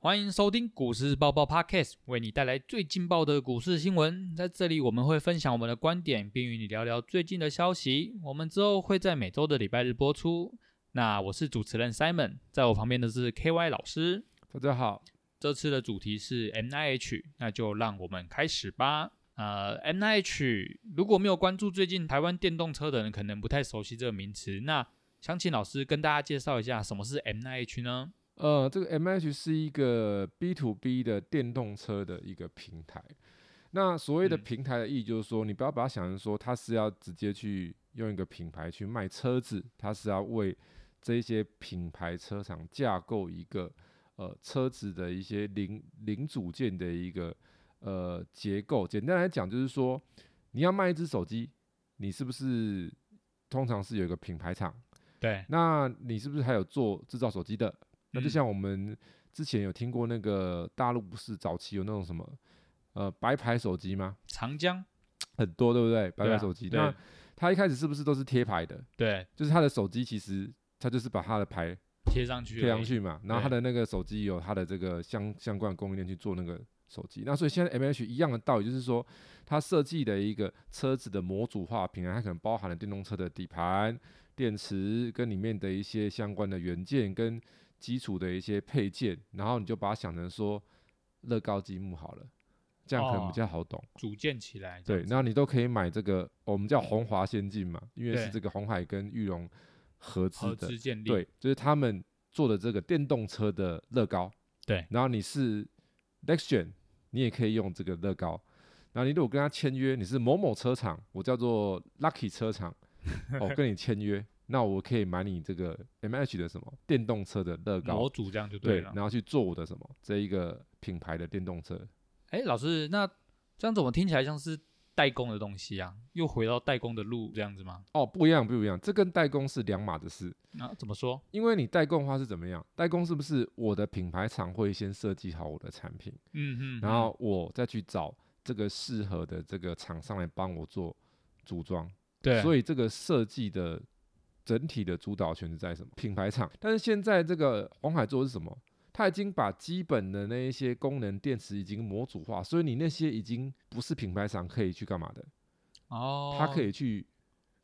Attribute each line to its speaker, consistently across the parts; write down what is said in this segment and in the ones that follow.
Speaker 1: 欢迎收听股市爆爆 Podcast，为你带来最劲爆的股市新闻。在这里，我们会分享我们的观点，并与你聊聊最近的消息。我们之后会在每周的礼拜日播出。那我是主持人 Simon，在我旁边的是 KY 老师。
Speaker 2: 大家好，
Speaker 1: 这次的主题是 NIH，那就让我们开始吧。呃，NIH 如果没有关注最近台湾电动车的人，可能不太熟悉这个名词。那想请老师跟大家介绍一下什么是 NIH 呢？
Speaker 2: 呃，这个 MH 是一个 B to B 的电动车的一个平台。那所谓的
Speaker 1: 嗯
Speaker 2: 平台的意义就是说，你不要把它想成说它是要直接去用一个品牌去卖车子，它是要为这一些品牌车厂架构一个呃车子的一些零零组件的一个呃结构。简单来讲，就是说你要卖一只手机，你是不是通常是有一个品牌厂？
Speaker 1: 对，
Speaker 2: 那你是不是还有做制造手机的？那
Speaker 1: 嗯
Speaker 2: 就像我们之前有听过那个大陆不是早期有那种什么呃白牌手机吗？
Speaker 1: 长江，
Speaker 2: 很多对不对？
Speaker 1: 对
Speaker 2: 白牌
Speaker 1: 啊
Speaker 2: 手机，
Speaker 1: 对
Speaker 2: 那它一开始是不是都是贴牌的？
Speaker 1: 对，
Speaker 2: 就是它的手机其实它就是把它的牌
Speaker 1: 贴上去，
Speaker 2: 贴上，去嘛，然后它
Speaker 1: 对
Speaker 2: 的那个手机有它的这个相相关的供应链去做那个手机。那所以现在 M H 一样的道理，就是说它设计的一个车子的模组化平台，它可能包含了电动车的底盘、电池跟里面的一些相关的元件跟基础的一些配件，然后你就把它想成说乐高积木好了，这样可能
Speaker 1: 哦
Speaker 2: 比较好懂。
Speaker 1: 组建起来。这
Speaker 2: 对
Speaker 1: 样，子
Speaker 2: 然后你都可以买这个我们叫红华先进嘛，因为
Speaker 1: 对
Speaker 2: 是这个红海跟玉龙合资
Speaker 1: 合
Speaker 2: 的。
Speaker 1: 资建立，
Speaker 2: 对，就是他们做的这个电动车的乐高，
Speaker 1: 对
Speaker 2: 然后你是 Lexion，你也可以用这个乐高。然后你如果跟他签约，你是某某车厂，我叫做 Lucky 车厂，我、跟你签约，那我可以买你这个 MH 的什么电动车的乐
Speaker 1: 模
Speaker 2: 高，
Speaker 1: 组这样就
Speaker 2: 对，
Speaker 1: 了
Speaker 2: 然。后去做我的什么这一个品牌的电动车。
Speaker 1: 哎，老师，那这样怎么听起来像是代工的东西啊？又回到代工的路这样子吗？
Speaker 2: 哦，不一样，不一样，这跟代工是两码子事。
Speaker 1: 那、怎么说？
Speaker 2: 因为你代工的话是怎么样？代工是不是我的品牌厂会先设计好我的产品？
Speaker 1: 嗯嗯，
Speaker 2: 然后我再去找这个适合的这个厂商来帮我做组装。
Speaker 1: 对，
Speaker 2: 所
Speaker 1: 以
Speaker 2: 以这个设计的整体的主导权是在什么品牌厂？但是现在这个红海做的是什么？它已经把基本的那一些功能电池已经模组化，所以你那些已经不是品牌厂可以去干嘛的，
Speaker 1: 哦，
Speaker 2: 它可以去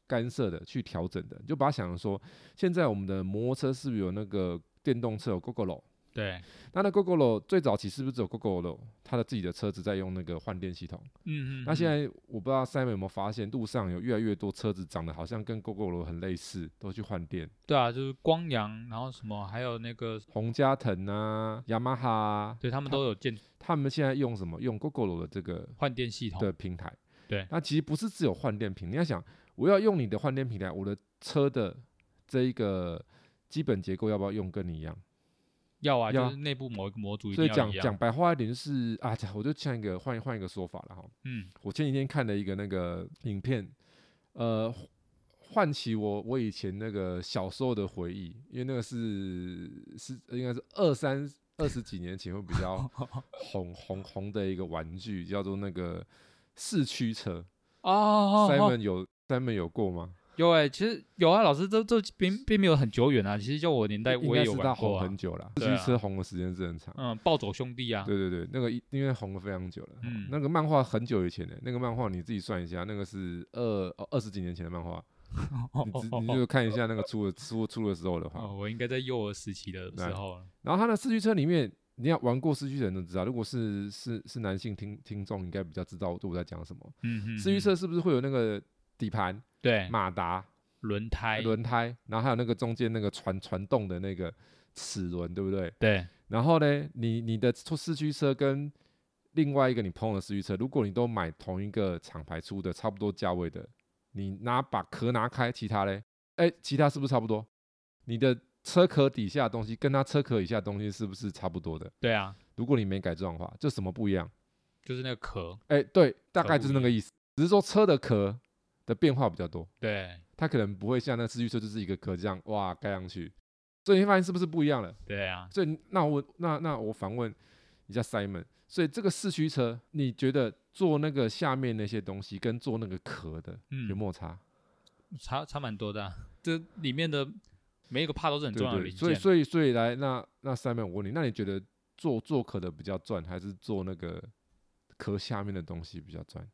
Speaker 2: 干涉的、去调整的。你就把它想成说，现在我们的摩托车是不是有那个电动车有 GoGoRo？
Speaker 1: 对，
Speaker 2: 那那 GoGoRo 最早期是不是只有 GoGoRo 它的自己的车子在用那个换电系统？
Speaker 1: 嗯嗯，
Speaker 2: 那现
Speaker 1: 嗯
Speaker 2: 在我不知道 Simon 有没有发现，路上有越来越多车子长得好像跟 GoGoRo 很类似，都去换电，
Speaker 1: 对啊，就是光阳，然后什么，还有那个，
Speaker 2: 红加藤啊、雅马哈啊，
Speaker 1: 对他们都有建
Speaker 2: 他们现在用什么？用 GoGoRo 的这个
Speaker 1: 换电系统，
Speaker 2: 的平台。
Speaker 1: 对
Speaker 2: 那其实不是只有换电瓶，你要想，我要用你的换电平台，我的车的这一个基本结构要不要用跟你一样？
Speaker 1: 要啊，
Speaker 2: 要
Speaker 1: 就是内部某一个模组一定
Speaker 2: 所以
Speaker 1: 要
Speaker 2: 讲
Speaker 1: 一样，
Speaker 2: 讲白话一点就是啊，讲我就像一个换一换一个说法了哈。
Speaker 1: 嗯，
Speaker 2: 我前几天看了一个那个影片，呃，唤起我我以前那个小时候的回忆，因为那个是是应该是二三二十几年前会比 较红红红的一个玩具，叫做那个四驱车。
Speaker 1: 哦哦哦
Speaker 2: Simon 有 Simon 有过吗？
Speaker 1: 有哎、其实有啊，老师，这这并并没有很久远啊，其实就我年代
Speaker 2: 应
Speaker 1: 我
Speaker 2: 该
Speaker 1: 也有
Speaker 2: 是它
Speaker 1: 玩过
Speaker 2: 红
Speaker 1: 啊，
Speaker 2: 很久了，四
Speaker 1: 对啊
Speaker 2: 驱车红的时间是很长。
Speaker 1: 嗯，暴走兄弟啊，
Speaker 2: 对对对，那个一因为红了非常久了，
Speaker 1: 嗯
Speaker 2: 那个漫画很久以前的、那个漫画你自己算一下，那个是二哦二十几年前的漫画，你 只你就看一下那个出的出出的时候的话，
Speaker 1: 哦，我应该在幼儿时期的时
Speaker 2: 对
Speaker 1: 候了，
Speaker 2: 然后它的四驱车里面，你要玩过四驱的人都知道，如果是是是男性听听众，应该比较知道我在讲什么。
Speaker 1: 嗯嗯，哎
Speaker 2: 四驱
Speaker 1: 嗯
Speaker 2: 车是不是会有那个底盘、
Speaker 1: 对
Speaker 2: 马达、
Speaker 1: 轮胎，
Speaker 2: 轮胎，然后还有那个中间那个传传动的那个齿轮，对不对？
Speaker 1: 对
Speaker 2: 然后呢，你你的出四驱车跟另外一个你朋友的四驱车，如果你都买同一个厂牌出的差不多价位的，你拿把壳拿开，其他嘞，哎，其他是不是差不多？你的车壳底下的东西跟它车壳以下的东西是不是差不多的？
Speaker 1: 对啊，
Speaker 2: 如果你没改装的话，就什么不一样？
Speaker 1: 就是那个壳，
Speaker 2: 哎，对，大
Speaker 1: 车
Speaker 2: 概
Speaker 1: 不
Speaker 2: 就是
Speaker 1: 一
Speaker 2: 那个意思，只是说车的壳的变化比较多，
Speaker 1: 对
Speaker 2: 它可能不会像那四驱车就是一个壳这样哇盖上去，所以你会发现是不是不一样了？
Speaker 1: 对啊，
Speaker 2: 所以那我那那我反问一下 Simon，所以这个四驱车，你觉得做那个下面那些东西跟做那个壳的有
Speaker 1: 嗯，
Speaker 2: 没有差？
Speaker 1: 差差蛮多的啊、这里面的每一个帕都是很重
Speaker 2: 对
Speaker 1: 要的
Speaker 2: 对，
Speaker 1: 零
Speaker 2: 所以
Speaker 1: 件，
Speaker 2: 所以所以来那那 Simon 我问你，那你觉得做做壳的比较赚，还是做那个壳下面的东西比较赚，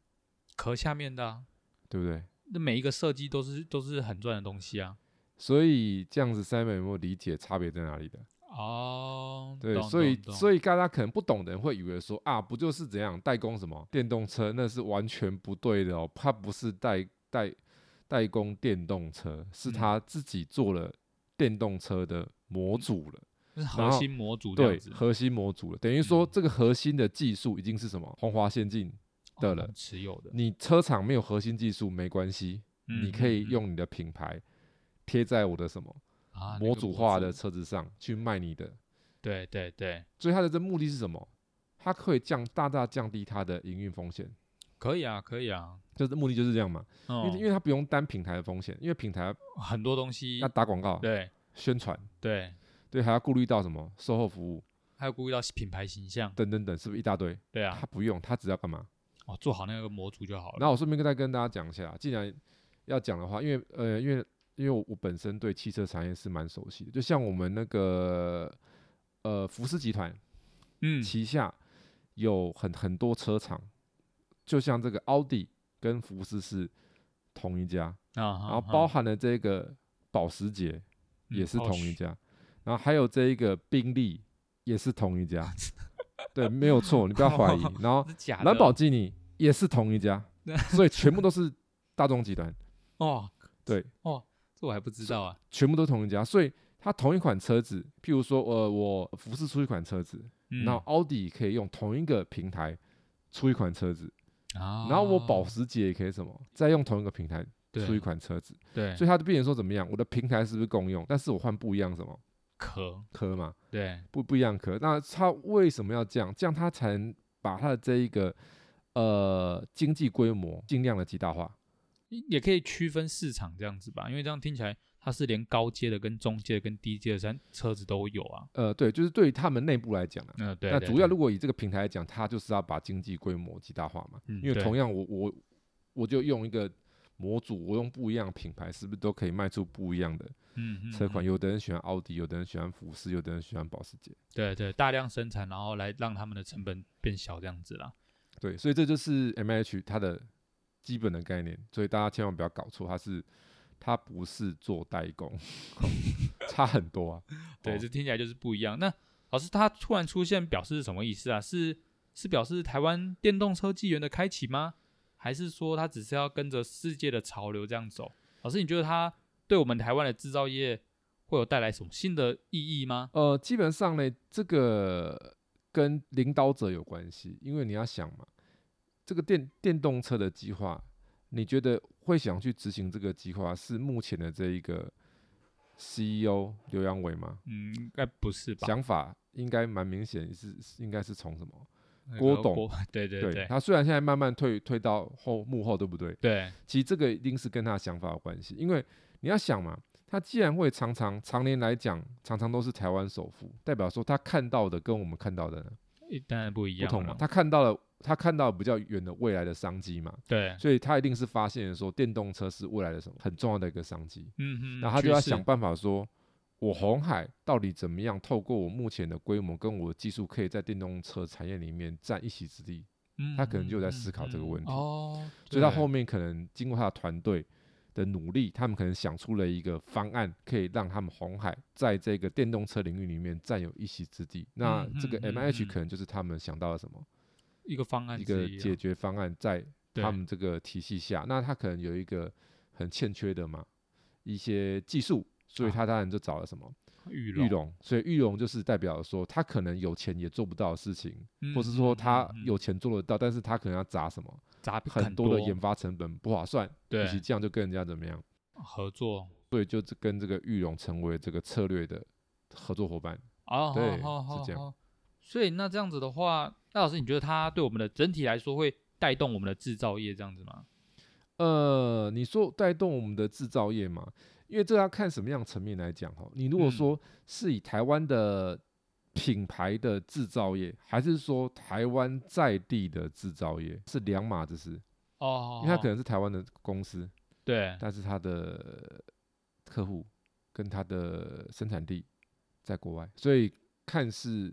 Speaker 1: 壳下面的、啊，
Speaker 2: 对不对？
Speaker 1: 那每一个设计都是都是很赚的东西啊。
Speaker 2: 所以这样子，Simon 有没有理解差别在哪里的？
Speaker 1: 哦，
Speaker 2: 对，
Speaker 1: 懂
Speaker 2: 所以
Speaker 1: 懂懂
Speaker 2: 所以大家可能不懂的人会以为说啊，不就是怎样代工什么电动车，那是完全不对的哦，他不是代代代工电动车，是
Speaker 1: 嗯
Speaker 2: 他自己做了电动车的模组了，
Speaker 1: 那是
Speaker 2: 然
Speaker 1: 核
Speaker 2: 后
Speaker 1: 心嗯模组这
Speaker 2: 对
Speaker 1: 样，子，
Speaker 2: 核心模组了，等于说
Speaker 1: 嗯
Speaker 2: 这个核心的技术已经是什么红华先进的
Speaker 1: 哦
Speaker 2: 了
Speaker 1: 持有的，
Speaker 2: 你车厂没有核心技术没关系，
Speaker 1: 嗯
Speaker 2: 你可以
Speaker 1: 嗯嗯
Speaker 2: 用你的品牌贴在我的什么
Speaker 1: 啊那
Speaker 2: 模
Speaker 1: 个
Speaker 2: 组化的
Speaker 1: 组
Speaker 2: 车子上去卖你的，
Speaker 1: 对对对，
Speaker 2: 所以它的这目的是什么？它可以降大大降低它的营运风险，
Speaker 1: 可以啊，可以啊，
Speaker 2: 就是目的就是这样嘛。因为因
Speaker 1: 嗯，
Speaker 2: 为它不用担平台的风险，因为平台
Speaker 1: 很多东西
Speaker 2: 要，打广告、
Speaker 1: 对
Speaker 2: 宣传，
Speaker 1: 对，
Speaker 2: 对，还要顾虑到什么售后服务
Speaker 1: 还有顾虑到品牌形象，
Speaker 2: 等等等，是不是一大堆？
Speaker 1: 对啊
Speaker 2: 它，不用，它只要干嘛？
Speaker 1: 哦，做好那个模组就好了，
Speaker 2: 然后我顺便跟再跟大家讲一下，既然要讲的话，因为呃，因为因为我我本身对汽车产业是蛮熟悉的，就像我们那个呃福斯集团
Speaker 1: 嗯，
Speaker 2: 旗下有很很多车厂，就像这个奥迪跟福斯是同一家，
Speaker 1: 啊，嗯
Speaker 2: 然
Speaker 1: 然
Speaker 2: 后包含了这个保时捷也是同一，家，然后还有这一个宾利也是同一家，对，没有错，你不要怀疑。然后
Speaker 1: 哦是啊 假的，
Speaker 2: 兰博基尼也是同 一家，所以全部都是大众集团，
Speaker 1: 哦，
Speaker 2: 对，
Speaker 1: 哦，这我还不知道啊，
Speaker 2: 全部都同一家，所以它同一款车子，譬如说，呃，我福斯出一款车子，
Speaker 1: 嗯
Speaker 2: 然后奥迪可以用同一个平台出一款车子，
Speaker 1: 啊，
Speaker 2: 然后我保时捷也可以什么，再用同一个平台
Speaker 1: 对
Speaker 2: 出一款车子，
Speaker 1: 对
Speaker 2: 所以它就变成说怎么样，我的平台是不是共用，但是我换不一样什么
Speaker 1: 壳，
Speaker 2: 科嘛，
Speaker 1: 对，
Speaker 2: 不不一样壳，那它为什么要这样？这样它才能把它的这一个呃经济规模尽量的极大化。
Speaker 1: 也可以区分市场这样子吧，因为这样听起来它是连高阶的、跟中阶的、跟低阶的三车子都有啊。
Speaker 2: 呃，对，就是对于他们内部来讲啊，
Speaker 1: 嗯，对。
Speaker 2: 那
Speaker 1: 对
Speaker 2: 主要
Speaker 1: 对
Speaker 2: 如果以这个平台来讲，它就是要把经济规模极大化嘛。
Speaker 1: 嗯
Speaker 2: 因为
Speaker 1: 对
Speaker 2: 同样我，我我就用一个模组，我用不一样的品牌，是不是都可以卖出不一样的
Speaker 1: 嗯嗯
Speaker 2: 车款？
Speaker 1: 嗯
Speaker 2: 有的人喜欢奥迪，有的人喜欢福斯，有的人喜欢保时捷。
Speaker 1: 对对，大量生产，然后来让他们的成本变小这样子啦。
Speaker 2: 对，所以这就是 M H 它的基本的概念，所以大家千万不要搞错，它是它不是做代工， 差很多啊。
Speaker 1: 对，
Speaker 2: 哦
Speaker 1: 这听起来就是不一样。那老师他突然出现，表示是什么意思啊？是是表示台湾电动车纪元的开启吗？还是说他只是要跟着世界的潮流这样走？老师，你觉得他对我们台湾的制造业会有带来什么新的意义吗？
Speaker 2: 呃，基本上呢，这个跟领导者有关系，因为你要想嘛，这个电电动车的计划，你觉得会想去执行这个计划，是目前的这一个 CEO 刘阳伟吗？
Speaker 1: 嗯，应该不是吧？
Speaker 2: 想法应该蛮明显，是是应该是从什么？
Speaker 1: 那
Speaker 2: 郭
Speaker 1: 个
Speaker 2: 董
Speaker 1: 郭，对对对
Speaker 2: 他虽然现在慢慢退退到后幕后，对不对？
Speaker 1: 对，
Speaker 2: 其实这个一定是跟他的想法有关系，因为你要想嘛，他既然会常常常年来讲，常常都是台湾首富，代表说他看到的跟我们看到的呢
Speaker 1: 一当然不一
Speaker 2: 不
Speaker 1: 样
Speaker 2: 同嘛
Speaker 1: 了，，
Speaker 2: 他看到了他看到比较远的未来的商机嘛，
Speaker 1: 对，
Speaker 2: 所以他一定是发现说电动车是未来的什么很重要的一个商机，
Speaker 1: 嗯哼，
Speaker 2: 那他就
Speaker 1: 趋
Speaker 2: 要
Speaker 1: 势
Speaker 2: 想，办法说。我红海到底怎么样？透过我目前的规模跟我的技术，可以在电动车产业里面占一席之地。
Speaker 1: 嗯
Speaker 2: 他可能
Speaker 1: 嗯
Speaker 2: 就在
Speaker 1: 嗯
Speaker 2: 思考这个
Speaker 1: 嗯
Speaker 2: 问题
Speaker 1: 哦，
Speaker 2: 所以到
Speaker 1: 对
Speaker 2: 后面可能经过他的团队的努力，他们可能想出了一个方案，可以让他们红海在这个电动车领域里面占有一席之地。那这个
Speaker 1: 嗯嗯
Speaker 2: M
Speaker 1: 嗯
Speaker 2: H
Speaker 1: 嗯
Speaker 2: 可能就是他们想到了什么
Speaker 1: 一个方案
Speaker 2: 一
Speaker 1: 之
Speaker 2: 个
Speaker 1: 啊
Speaker 2: 解决方案，在
Speaker 1: 对
Speaker 2: 他们这个体系下，那他可能有一个很欠缺的嘛一些技术，所以
Speaker 1: 啊
Speaker 2: 他当然就找了什么
Speaker 1: 玉
Speaker 2: 玉龙，所以玉龙就是代表说他可能有钱也做不到的事情，
Speaker 1: 龙
Speaker 2: 或是说他有
Speaker 1: 嗯
Speaker 2: 钱做得到，但是他可能要砸什么
Speaker 1: 砸
Speaker 2: 很
Speaker 1: 多
Speaker 2: 多的研发成本不划算。以及
Speaker 1: 对
Speaker 2: 这样就跟人家怎么样，
Speaker 1: 合作
Speaker 2: 所以就这跟这个玉龙成为这个策略的合作伙伴。
Speaker 1: 哦，
Speaker 2: 对
Speaker 1: 好好
Speaker 2: 是
Speaker 1: 好
Speaker 2: 这样
Speaker 1: 好所以那这样子的话，那老师你觉得它对我们的整体来说会带动我们的制造业这样子吗？
Speaker 2: 呃，你说带动我们的制造业嘛？因为这要看什么样层面来讲哈。你如果
Speaker 1: 嗯
Speaker 2: 说是以台湾的品牌的制造业，还是说台湾在地的制造业，是两码子事。
Speaker 1: 哦，
Speaker 2: 因为它
Speaker 1: 哦
Speaker 2: 可能是台湾的公司，
Speaker 1: 对
Speaker 2: 但是它的客户跟它的生产地在国外，所以看是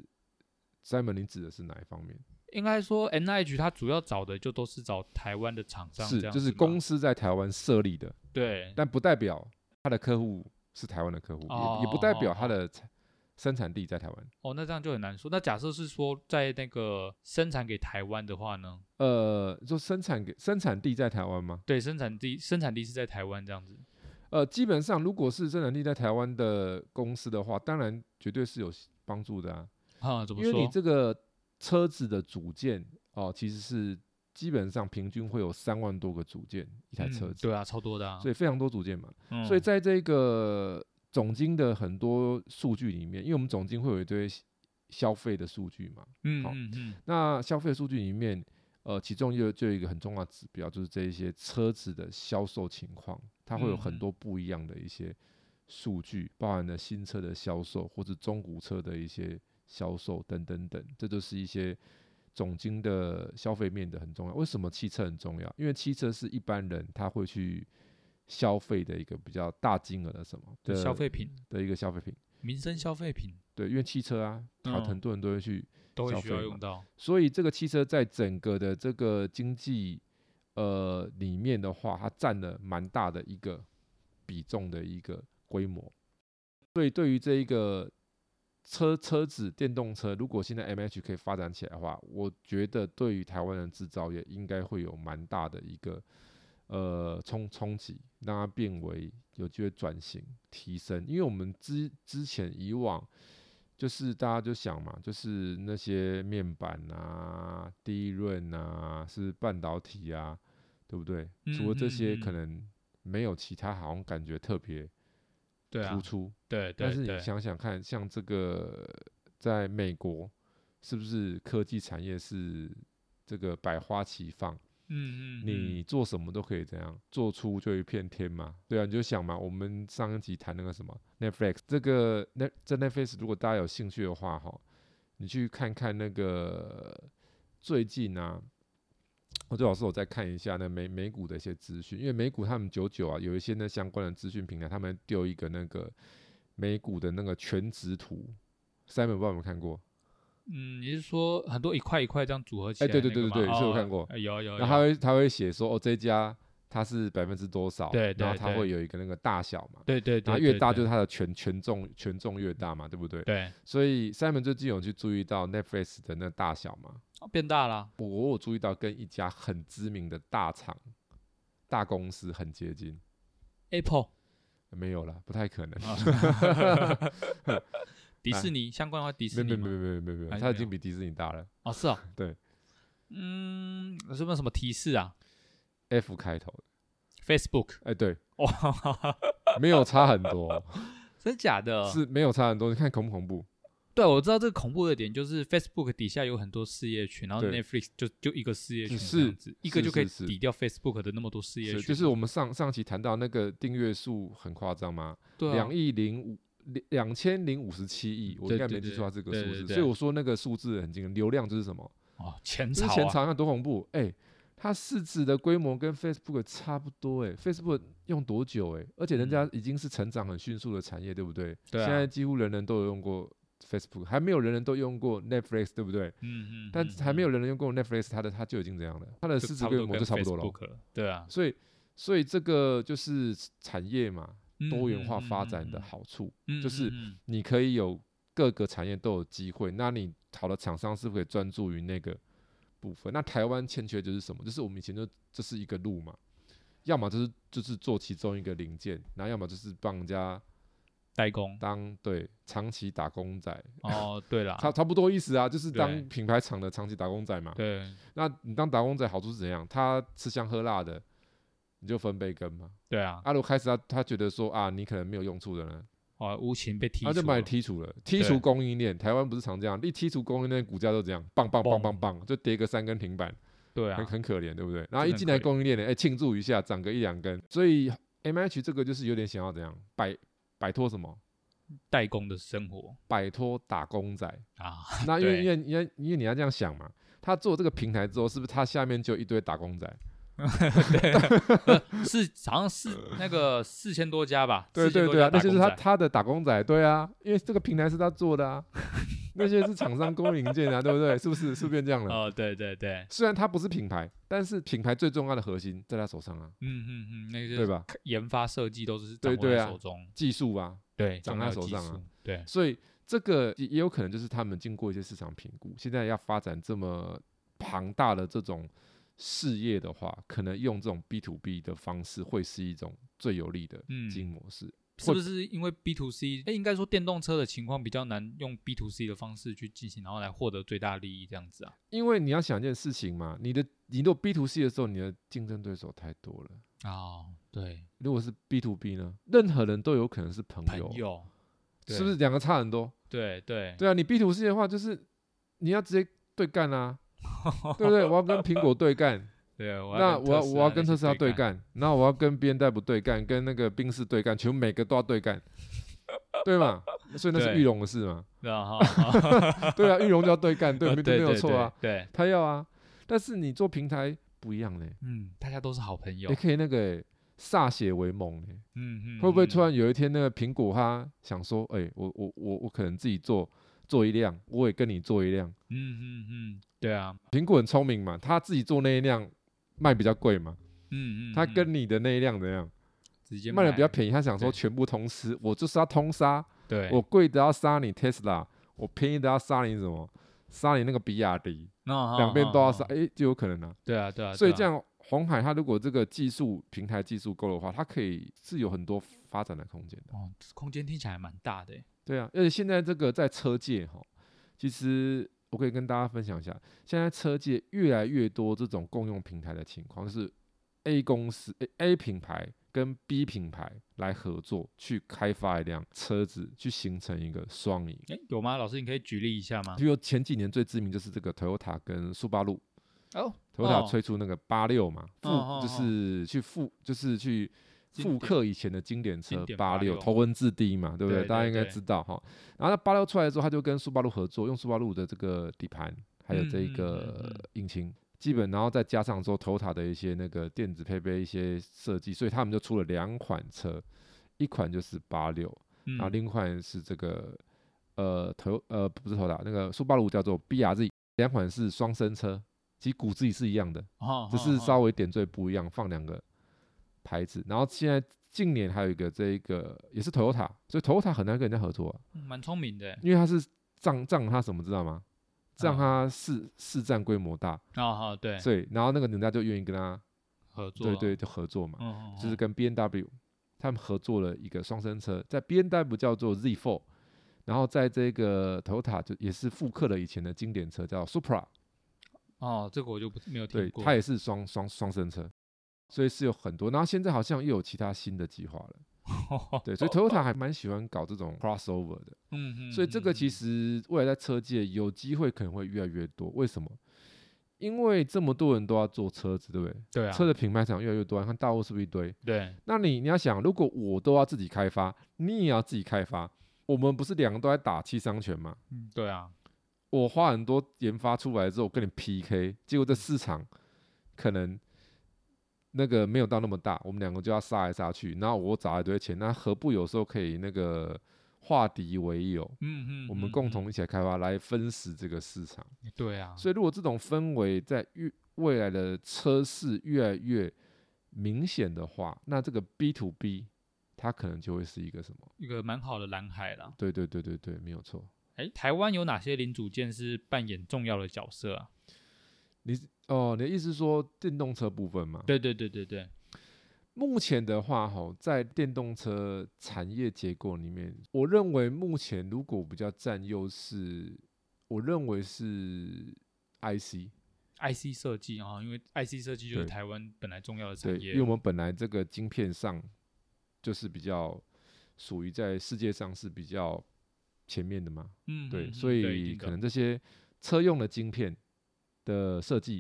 Speaker 2: Simon，你指的是哪一方面？
Speaker 1: 应该说 N H 它主要找的就都是找台湾的厂商，
Speaker 2: 是
Speaker 1: 这样
Speaker 2: 就是
Speaker 1: 吗
Speaker 2: 公司在台湾设立的，
Speaker 1: 对
Speaker 2: 但不代表他的客户是台湾的客户，
Speaker 1: 哦
Speaker 2: 也也不代表他的产生产地在台湾。
Speaker 1: 哦，那这样就很难说。那假设是说在那个生产给台湾的话呢？
Speaker 2: 呃，就生产给生产地在台湾吗？
Speaker 1: 对，生产地生产地是在台湾这样子。
Speaker 2: 呃，基本上如果是生产地在台湾的公司的话，当然绝对是有帮助的啊，
Speaker 1: 啊，怎么
Speaker 2: 因为
Speaker 1: 说？
Speaker 2: 你这个车子的组件哦、其实是基本上平均会有三万多个组件一台车
Speaker 1: 嗯
Speaker 2: 子，
Speaker 1: 对啊，超嗯多的啊。
Speaker 2: 所以非常多组件嘛。
Speaker 1: 以
Speaker 2: 所以在这个总经的很多数据里面，因为我们总经会有一堆消费的数据嘛，
Speaker 1: 嗯
Speaker 2: 好
Speaker 1: 嗯嗯，
Speaker 2: 那消费数据里面，呃，其中就就有一个很重要的指标，就是这一些车子的销售情况，它会有
Speaker 1: 嗯嗯
Speaker 2: 很多不一样的一些数据，包含了新车的销售或者中古车的一些销售等等等，这就是一些总经的消费面的很重要。为什么汽车很重要？因为汽车是一般人他会去消费的一个比较大金额的什么的
Speaker 1: 消费品、
Speaker 2: 的一个消费品。
Speaker 1: 民生消费品
Speaker 2: 对，因为汽车啊，很
Speaker 1: 嗯
Speaker 2: 很多人都会去
Speaker 1: 都会
Speaker 2: 消
Speaker 1: 需要
Speaker 2: 费
Speaker 1: 用
Speaker 2: 嘛
Speaker 1: 到。
Speaker 2: 所以这个汽车在整个的这个经济呃里面的话，它占了蛮大的一个比重的一个规模。所以对于这一个车车子电动车，如果现在 M H 可以发展起来的话，我觉得对于台湾的制造业应该会有蛮大的一个呃冲冲击，让它变为有机会转型提升。因为我们之之前以往就是大家就想嘛，就是那些面板啊、低润啊、是半导体啊，对不对？除了这些，
Speaker 1: 嗯嗯嗯
Speaker 2: 可能没有其他，好像感觉特别
Speaker 1: 对啊
Speaker 2: 突，出。
Speaker 1: 对
Speaker 2: 但
Speaker 1: 对
Speaker 2: 是你
Speaker 1: 对，
Speaker 2: 想想看，像这个在美国，是不是科技产业是这个百花齐放？
Speaker 1: 嗯嗯，
Speaker 2: 你做什么都可以这样，做出就一片天嘛。对啊，你就想嘛，我们上一集谈那个什么 Netflix，这个那这 Netflix，如果大家有兴趣的话，哈，你去看看那个最近啊，我最好是我再看一下那美美股的一些资讯，因为美股他们九九啊有一些那相关的资讯平台，他们丢一个那个美股的那个全值图。Simon 不知道有没有看过，
Speaker 1: 嗯，你是说很多一块一块这样组合起
Speaker 2: 哎
Speaker 1: 来？
Speaker 2: 对对对对对
Speaker 1: 哦
Speaker 2: 是有看过
Speaker 1: 哎有有，
Speaker 2: 然后他
Speaker 1: 有
Speaker 2: 会他会写说哦这家它是百分之多少，
Speaker 1: 对
Speaker 2: 然后
Speaker 1: 对
Speaker 2: 它
Speaker 1: 对
Speaker 2: 会有一个那个大小嘛，
Speaker 1: 对对对，
Speaker 2: 然后越
Speaker 1: 对
Speaker 2: 大
Speaker 1: 对
Speaker 2: 就是它的权权重权重越大嘛，对不对？
Speaker 1: 对
Speaker 2: 所以 Simon 最近有去注意到 Netflix 的那大小嘛？
Speaker 1: 哦变大了。
Speaker 2: 我我有注意到跟一家很知名的大厂大公司很接近，
Speaker 1: Apple
Speaker 2: 没有啦，不太可能。
Speaker 1: 啊，迪士尼相关的话，迪士
Speaker 2: 哎没
Speaker 1: 尼吗
Speaker 2: 没没没没没
Speaker 1: 还
Speaker 2: 没，
Speaker 1: 是
Speaker 2: 它已
Speaker 1: 没
Speaker 2: 经
Speaker 1: 有
Speaker 2: 比迪士尼大了。
Speaker 1: 哦，是哦，
Speaker 2: 对
Speaker 1: 嗯，有没有什么提示啊
Speaker 2: ，F 开头的，
Speaker 1: ？Facebook
Speaker 2: 哎，对，
Speaker 1: 哇，
Speaker 2: 没有差很多，
Speaker 1: 啊真假的？
Speaker 2: 是没有差很多。你看恐不恐怖？
Speaker 1: 对，我知道这个恐怖的点就是 Facebook 底下有很多事业群，然后
Speaker 2: 对嗯
Speaker 1: Netflix 就就一个事业群
Speaker 2: 是
Speaker 1: 这样子，一个
Speaker 2: 是
Speaker 1: 就可以
Speaker 2: 是是
Speaker 1: 抵掉 Facebook 的那么多事业
Speaker 2: 是
Speaker 1: 群，
Speaker 2: 就是我们上上期谈到那个订阅数很夸张吗？
Speaker 1: 对啊
Speaker 2: 两亿零五两两千零五十七亿，我
Speaker 1: 对
Speaker 2: 应该
Speaker 1: 对
Speaker 2: 没记
Speaker 1: 对
Speaker 2: 错它这个
Speaker 1: 对
Speaker 2: 数
Speaker 1: 对
Speaker 2: 字，
Speaker 1: 对
Speaker 2: 所以我说那个数字很惊人。流量就是什么？
Speaker 1: 哦，前
Speaker 2: 之
Speaker 1: 朝
Speaker 2: 前
Speaker 1: 啊，
Speaker 2: 朝那多恐怖，哎、它市值的规模跟 Facebook 差不多、哎，Facebook 用多久、哎，而且人家已经是成长很迅速的产业，对不对？
Speaker 1: 嗯对啊
Speaker 2: 现在几乎人人都有用过 Facebook，还没有人人都用过 Netflix，对不对？
Speaker 1: 嗯嗯，
Speaker 2: 但还没
Speaker 1: 有
Speaker 2: 有人人用过 Netflix，它的它就已经这样了，它的市值规模就差不多了哦。
Speaker 1: 了，对啊，
Speaker 2: 所以，所以这个就是产业嘛，
Speaker 1: 嗯
Speaker 2: 多元化发展的，好处。
Speaker 1: 嗯
Speaker 2: 就是
Speaker 1: 嗯嗯
Speaker 2: 你可以有各个产业都有机会，那你好的厂商是不是可以专注于那个部分？那台湾欠缺就是什么？就是我们以前就这是一个路嘛，要么就是就是做其中一个零件，然后要么就是帮人家
Speaker 1: 代工
Speaker 2: 当对长期打工仔，
Speaker 1: 哦，对啦，
Speaker 2: 差差不多意思啊，就是
Speaker 1: 对
Speaker 2: 当品牌厂的长期打工仔嘛。
Speaker 1: 对
Speaker 2: 那你当打工仔好处是怎样？他吃香喝辣的，你就分杯羹嘛。
Speaker 1: 对啊，
Speaker 2: 阿鲁开始他他觉得说啊，你可能没有用处的呢，
Speaker 1: 哦，无情被踢
Speaker 2: 他就
Speaker 1: 出
Speaker 2: 把你
Speaker 1: 了
Speaker 2: 剔除了，剔除供应链。台湾不是常这样，一剔除供应链，股价都这样，棒棒棒棒棒，就跌个三根停板，
Speaker 1: 对
Speaker 2: 很
Speaker 1: 啊，
Speaker 2: 很可怜，对不对？然后
Speaker 1: 真的
Speaker 2: 一
Speaker 1: 很
Speaker 2: 进来
Speaker 1: 可怜
Speaker 2: 供应链呢，哎，庆祝一下，涨个一两根。所以 M H 这个就是有点想要怎样摆摆脱什么，
Speaker 1: 代工的生活
Speaker 2: 摆脱打工 仔。
Speaker 1: 啊，
Speaker 2: 那因
Speaker 1: 对
Speaker 2: 为因为因为因为你要这样想嘛，他做这个平台之后，是不是他下面就有一堆打工仔？
Speaker 1: 是好像是那个四千多家吧，
Speaker 2: 对
Speaker 1: 4000
Speaker 2: 对
Speaker 1: 多
Speaker 2: 对
Speaker 1: 家
Speaker 2: 啊，
Speaker 1: 打
Speaker 2: 那就是
Speaker 1: 工
Speaker 2: 他
Speaker 1: 仔
Speaker 2: 他的打工仔，对啊，因为这个平台是他做的啊。 那些是厂商供应零件啊，对不对？是不是？是不是变这样了？
Speaker 1: 哦，对对对，
Speaker 2: 虽然它不是品牌，但是品牌最重要的核心在他手上啊，
Speaker 1: 嗯嗯嗯，那
Speaker 2: 对
Speaker 1: 些
Speaker 2: 吧？
Speaker 1: 研发设计都是掌握
Speaker 2: 对对
Speaker 1: 在
Speaker 2: 啊
Speaker 1: 手中，
Speaker 2: 技术啊，
Speaker 1: 对，
Speaker 2: 掌
Speaker 1: 重
Speaker 2: 握
Speaker 1: 要
Speaker 2: 在手
Speaker 1: 技
Speaker 2: 上啊
Speaker 1: 术，对，
Speaker 2: 所以这个也也有可能就是他们经过一些市场评估，现在要发展这么庞大的这种事业的话，可能用这种 B to B 的方式会是一种最有利的
Speaker 1: 嗯
Speaker 2: 经营模式。
Speaker 1: 是不是因为 B to C？哎，应该说电动车的情况比较难用 B to C 的方式去进行，然后来获得最大利益这样子啊。
Speaker 2: 因为你要想一件事情嘛，你的你如果 B to C 的时候，你的竞争对手太多了。
Speaker 1: 哦，对，
Speaker 2: 如果是 B to B 呢，任何人都有可能是朋
Speaker 1: 朋
Speaker 2: 友，
Speaker 1: 友，对
Speaker 2: 是不是？两个差很多？
Speaker 1: 对对
Speaker 2: 对啊，你 B to C 的话，就是你要直接对 干啊，对不对？我要跟苹果对干，
Speaker 1: 对， 我
Speaker 2: 那我要
Speaker 1: 斯
Speaker 2: 我
Speaker 1: 拉
Speaker 2: 要
Speaker 1: 那
Speaker 2: 跟
Speaker 1: 些
Speaker 2: 特斯拉对
Speaker 1: 对，
Speaker 2: 干，然后我要跟 B N W 对干，跟那个宾士对干，全部每个都要对干，对嘛？所以那是
Speaker 1: 对
Speaker 2: 玉龙的事嘛？
Speaker 1: 对 啊哈，
Speaker 2: 对啊，玉龙就要对干， 对，
Speaker 1: 哦对
Speaker 2: 没没有错啊，，
Speaker 1: 对，对
Speaker 2: 他要啊。但是你做平台不一样嘞，
Speaker 1: 嗯，大家都是好朋友
Speaker 2: 也，可以那个欸歃血为盟嘞，
Speaker 1: 嗯嗯，
Speaker 2: 会不会
Speaker 1: 嗯
Speaker 2: 突然有一天那个苹果它想说，哎，我我我我可能自己做做一辆，我也跟你做一辆。
Speaker 1: 嗯嗯嗯，对啊，
Speaker 2: 苹果很聪明嘛，他自己做那一辆卖比较贵嘛，
Speaker 1: 嗯嗯，
Speaker 2: 他
Speaker 1: 嗯
Speaker 2: 跟你的那一辆怎样？
Speaker 1: 直接
Speaker 2: 卖的比较
Speaker 1: 买
Speaker 2: 便宜，他想
Speaker 1: 对
Speaker 2: 说全部通吃，我就是要通杀，
Speaker 1: 对，
Speaker 2: 我贵的要杀你 Tesla，我便宜的要杀你什么？杀你那个比亚迪，
Speaker 1: 那
Speaker 2: 两边都要，杀，
Speaker 1: 哈哈哈
Speaker 2: 诶，就有可能啊。
Speaker 1: 哦对啊对啊，
Speaker 2: 所以
Speaker 1: 对啊
Speaker 2: 这，样，红海它如果这个技术平台技术够的话，它可以是有很多发展的空间的。
Speaker 1: 哦，空间听起来蛮大的欸，
Speaker 2: 对啊，而且现在这个在车界哈，其实我可以跟大家分享一下，现在车界越来越多这种共用平台的情况，就是 A 公司 A A 品牌跟 B 品牌来合作去开发一辆车子，去形成一个双赢。
Speaker 1: 哎，有吗？老师，你可以举例一下吗？
Speaker 2: 比如前几年最知名就是这个 Toyota 跟苏巴路
Speaker 1: 哦，
Speaker 2: ，Toyota
Speaker 1: 哦
Speaker 2: 推出那个八六嘛，复
Speaker 1: 哦哦
Speaker 2: 就
Speaker 1: 哦
Speaker 2: 是去复就是去
Speaker 1: 经
Speaker 2: 复
Speaker 1: 典
Speaker 2: 刻以前的经典车
Speaker 1: 经典
Speaker 2: 八六，
Speaker 1: 86
Speaker 2: 头文字 D 嘛，对不
Speaker 1: 对
Speaker 2: 大家
Speaker 1: 对
Speaker 2: 应该
Speaker 1: 对
Speaker 2: 知道哈。然后八六出来之后，他就跟苏巴路合作，用苏巴路的这个底盘还有
Speaker 1: 嗯
Speaker 2: 这
Speaker 1: 嗯嗯
Speaker 2: 个
Speaker 1: 嗯
Speaker 2: 引擎。基本，然后再加上说 Toyota 的一些那个电子配备一些设计，所以他们就出了两款车，一款就是八六，
Speaker 1: 嗯
Speaker 2: 然后另外是这个呃头呃不是头打那个苏巴鲁叫做 BRZ，两款是双生车，其实骨子里是一样的，
Speaker 1: 哦
Speaker 2: 只是
Speaker 1: 哦
Speaker 2: 稍微点缀不一样，放两个牌子。然后现在近年还有一个这一个也是 Toyota，所以 Toyota 很难跟人家合作、啊，
Speaker 1: 嗯蛮聪明的欸，
Speaker 2: 因为它是仗仗它什么知道吗？仗
Speaker 1: 嗯
Speaker 2: 它市市占规模大，
Speaker 1: 啊哈，对，
Speaker 2: 所以然后那个人家就愿意跟他
Speaker 1: 合作，
Speaker 2: 对对，就合作嘛，
Speaker 1: 嗯，嗯，
Speaker 2: 就是
Speaker 1: 嗯
Speaker 2: 跟 B N W 他们合作了一个双生车，在 B N W 叫做 Z Four，然后在这个 Toyota 就也是复刻了以前的经典车叫 Supra，
Speaker 1: 哦，这个我就不没有听
Speaker 2: 对，
Speaker 1: 过，
Speaker 2: 它也是双双双生车，所以是有很多。然后现在好像又有其他新的计划了，对，所以 Toyota 还蛮喜欢搞这种 crossover 的。
Speaker 1: 哦嗯嗯，
Speaker 2: 所以这个
Speaker 1: 嗯
Speaker 2: 其实未来在车界有机会可能会越来越多，为什么？因为这么多人都要做车子，对不对？
Speaker 1: 对啊，
Speaker 2: 车的品牌厂越来越多，你看大陆是不是一堆？
Speaker 1: 对
Speaker 2: 那你你要想，如果我都要自己开发，你也要自己开发，我们不是两个都在打七伤拳吗？
Speaker 1: 嗯对啊，
Speaker 2: 我花很多研发出来之后，我跟你 PK，结果这市场可能那个没有到那么大，我们两个就要杀来杀去，然后我找一堆钱，那何不有时候可以那个化敌为友，
Speaker 1: 嗯嗯，
Speaker 2: 我们
Speaker 1: 嗯
Speaker 2: 共
Speaker 1: 嗯
Speaker 2: 同一起来开发，来分食这个市场。
Speaker 1: 对啊，
Speaker 2: 所以，如果这种氛围在越未来的车市越来越明显的话，那这个 B to B 它可能就会是一个什么？
Speaker 1: 一个蛮好的蓝海啦。
Speaker 2: 对对对对对，没有错。
Speaker 1: 哎，台湾有哪些零组件是扮演重要的角色啊？
Speaker 2: 哦，你的意思是说电动车部分嘛？
Speaker 1: 对对对对对，
Speaker 2: 目前的话，吼，在电动车产业结构里面，我认为目前如果比较占优势，我认为是 IC。
Speaker 1: IC 设计啊、因为 IC 设计就是
Speaker 2: 对
Speaker 1: 台湾本来重要的
Speaker 2: 对，
Speaker 1: 产
Speaker 2: 因
Speaker 1: 业
Speaker 2: 为我。们本来这个晶片上就是比较属于在世界上是比较前面的嘛，
Speaker 1: 嗯，
Speaker 2: 对，
Speaker 1: 嗯
Speaker 2: 所
Speaker 1: 嗯对一
Speaker 2: 以
Speaker 1: 定的
Speaker 2: 可能这些车用的晶片的设计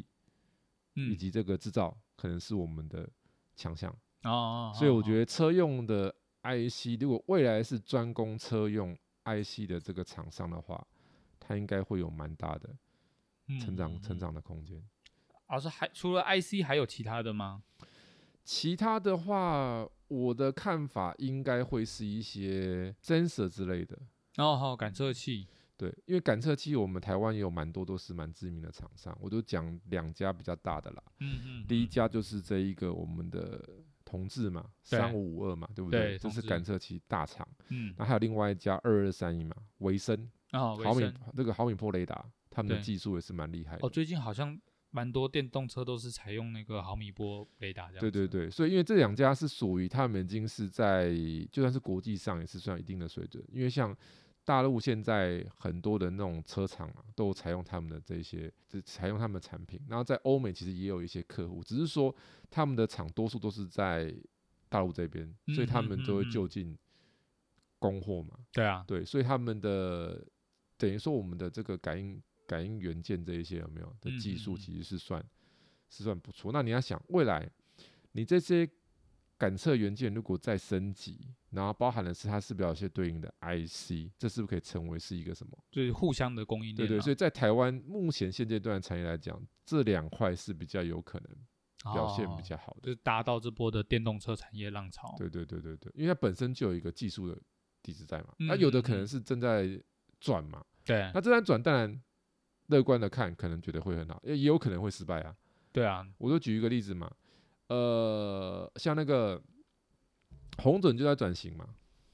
Speaker 2: 以
Speaker 1: 嗯
Speaker 2: 及这个制造，可能是我们的强项。
Speaker 1: 哦哦，
Speaker 2: 所以我
Speaker 1: 得
Speaker 2: 觉得车用的 IC，如果未来是专攻车用 IC 的这个厂商的话，它应该会有蛮大的成长成。
Speaker 1: 嗯嗯嗯
Speaker 2: 长的空间。
Speaker 1: 老师还除了 IC 还有其他的吗？
Speaker 2: 其他的话，我的看法应该会是一些 sensor 之类的，
Speaker 1: 哦然后还有感测器，
Speaker 2: 对，因为感测器我们台湾也有蛮多都是蛮知名的厂商，我就讲两家比较大的啦。
Speaker 1: 嗯嗯，
Speaker 2: 第一家就是这一个我们的同志嘛，
Speaker 1: 对
Speaker 2: 三五五二嘛，对不
Speaker 1: 对
Speaker 2: 这是
Speaker 1: 同志
Speaker 2: 感测器大厂。
Speaker 1: 嗯
Speaker 2: 那还有另外一家二二三一嘛，维生
Speaker 1: 啊，
Speaker 2: 毫
Speaker 1: 维
Speaker 2: 米
Speaker 1: 生
Speaker 2: 这个毫米波雷达，他们的
Speaker 1: 对
Speaker 2: 技术也是蛮厉害的。
Speaker 1: 哦，最近好像蛮多电动车都是采用那个毫米波雷达这样。
Speaker 2: 对对，对，所以因为这两家是属于他们已经是在就算是国际上也是算一定的水准，因为像大陆现在很多的那种车厂啊，都有采用他们的这些，就采用他们的产品。然后在欧美其实也有一些客户，只是说他们的厂多数都是在大陆这边，所以他
Speaker 1: 嗯嗯
Speaker 2: 们
Speaker 1: 嗯
Speaker 2: 就会
Speaker 1: 嗯
Speaker 2: 就近供货嘛。
Speaker 1: 对啊，
Speaker 2: 对，所以他们的等于说我们的这个感应感应元件这一些有没有的
Speaker 1: 嗯
Speaker 2: 技
Speaker 1: 嗯
Speaker 2: 术
Speaker 1: 嗯
Speaker 2: 其实是算、是算不错。那你要想未来你这些感测元件如果再升级，然后包含的是它是不是有些对应的 IC，这是不是可以成为是一个什么？
Speaker 1: 就是互相的供应
Speaker 2: 对
Speaker 1: 链啊。
Speaker 2: 对，所以在台湾目前现阶段的产业来讲，这两块是比较有可能表现
Speaker 1: 哦
Speaker 2: 比较好的。
Speaker 1: 就是搭到这波的电动车产业浪潮。
Speaker 2: 对对对对对，因为它本身就有一个技术的底子在嘛，那、有的
Speaker 1: 嗯
Speaker 2: 可
Speaker 1: 嗯
Speaker 2: 能
Speaker 1: 嗯
Speaker 2: 是正在转嘛，
Speaker 1: 对
Speaker 2: 那这单转当然乐观的看，可能觉得会很好，也也有可能会失败啊。
Speaker 1: 对啊，
Speaker 2: 我就举一个例子嘛，呃，像那个红准就在转型嘛，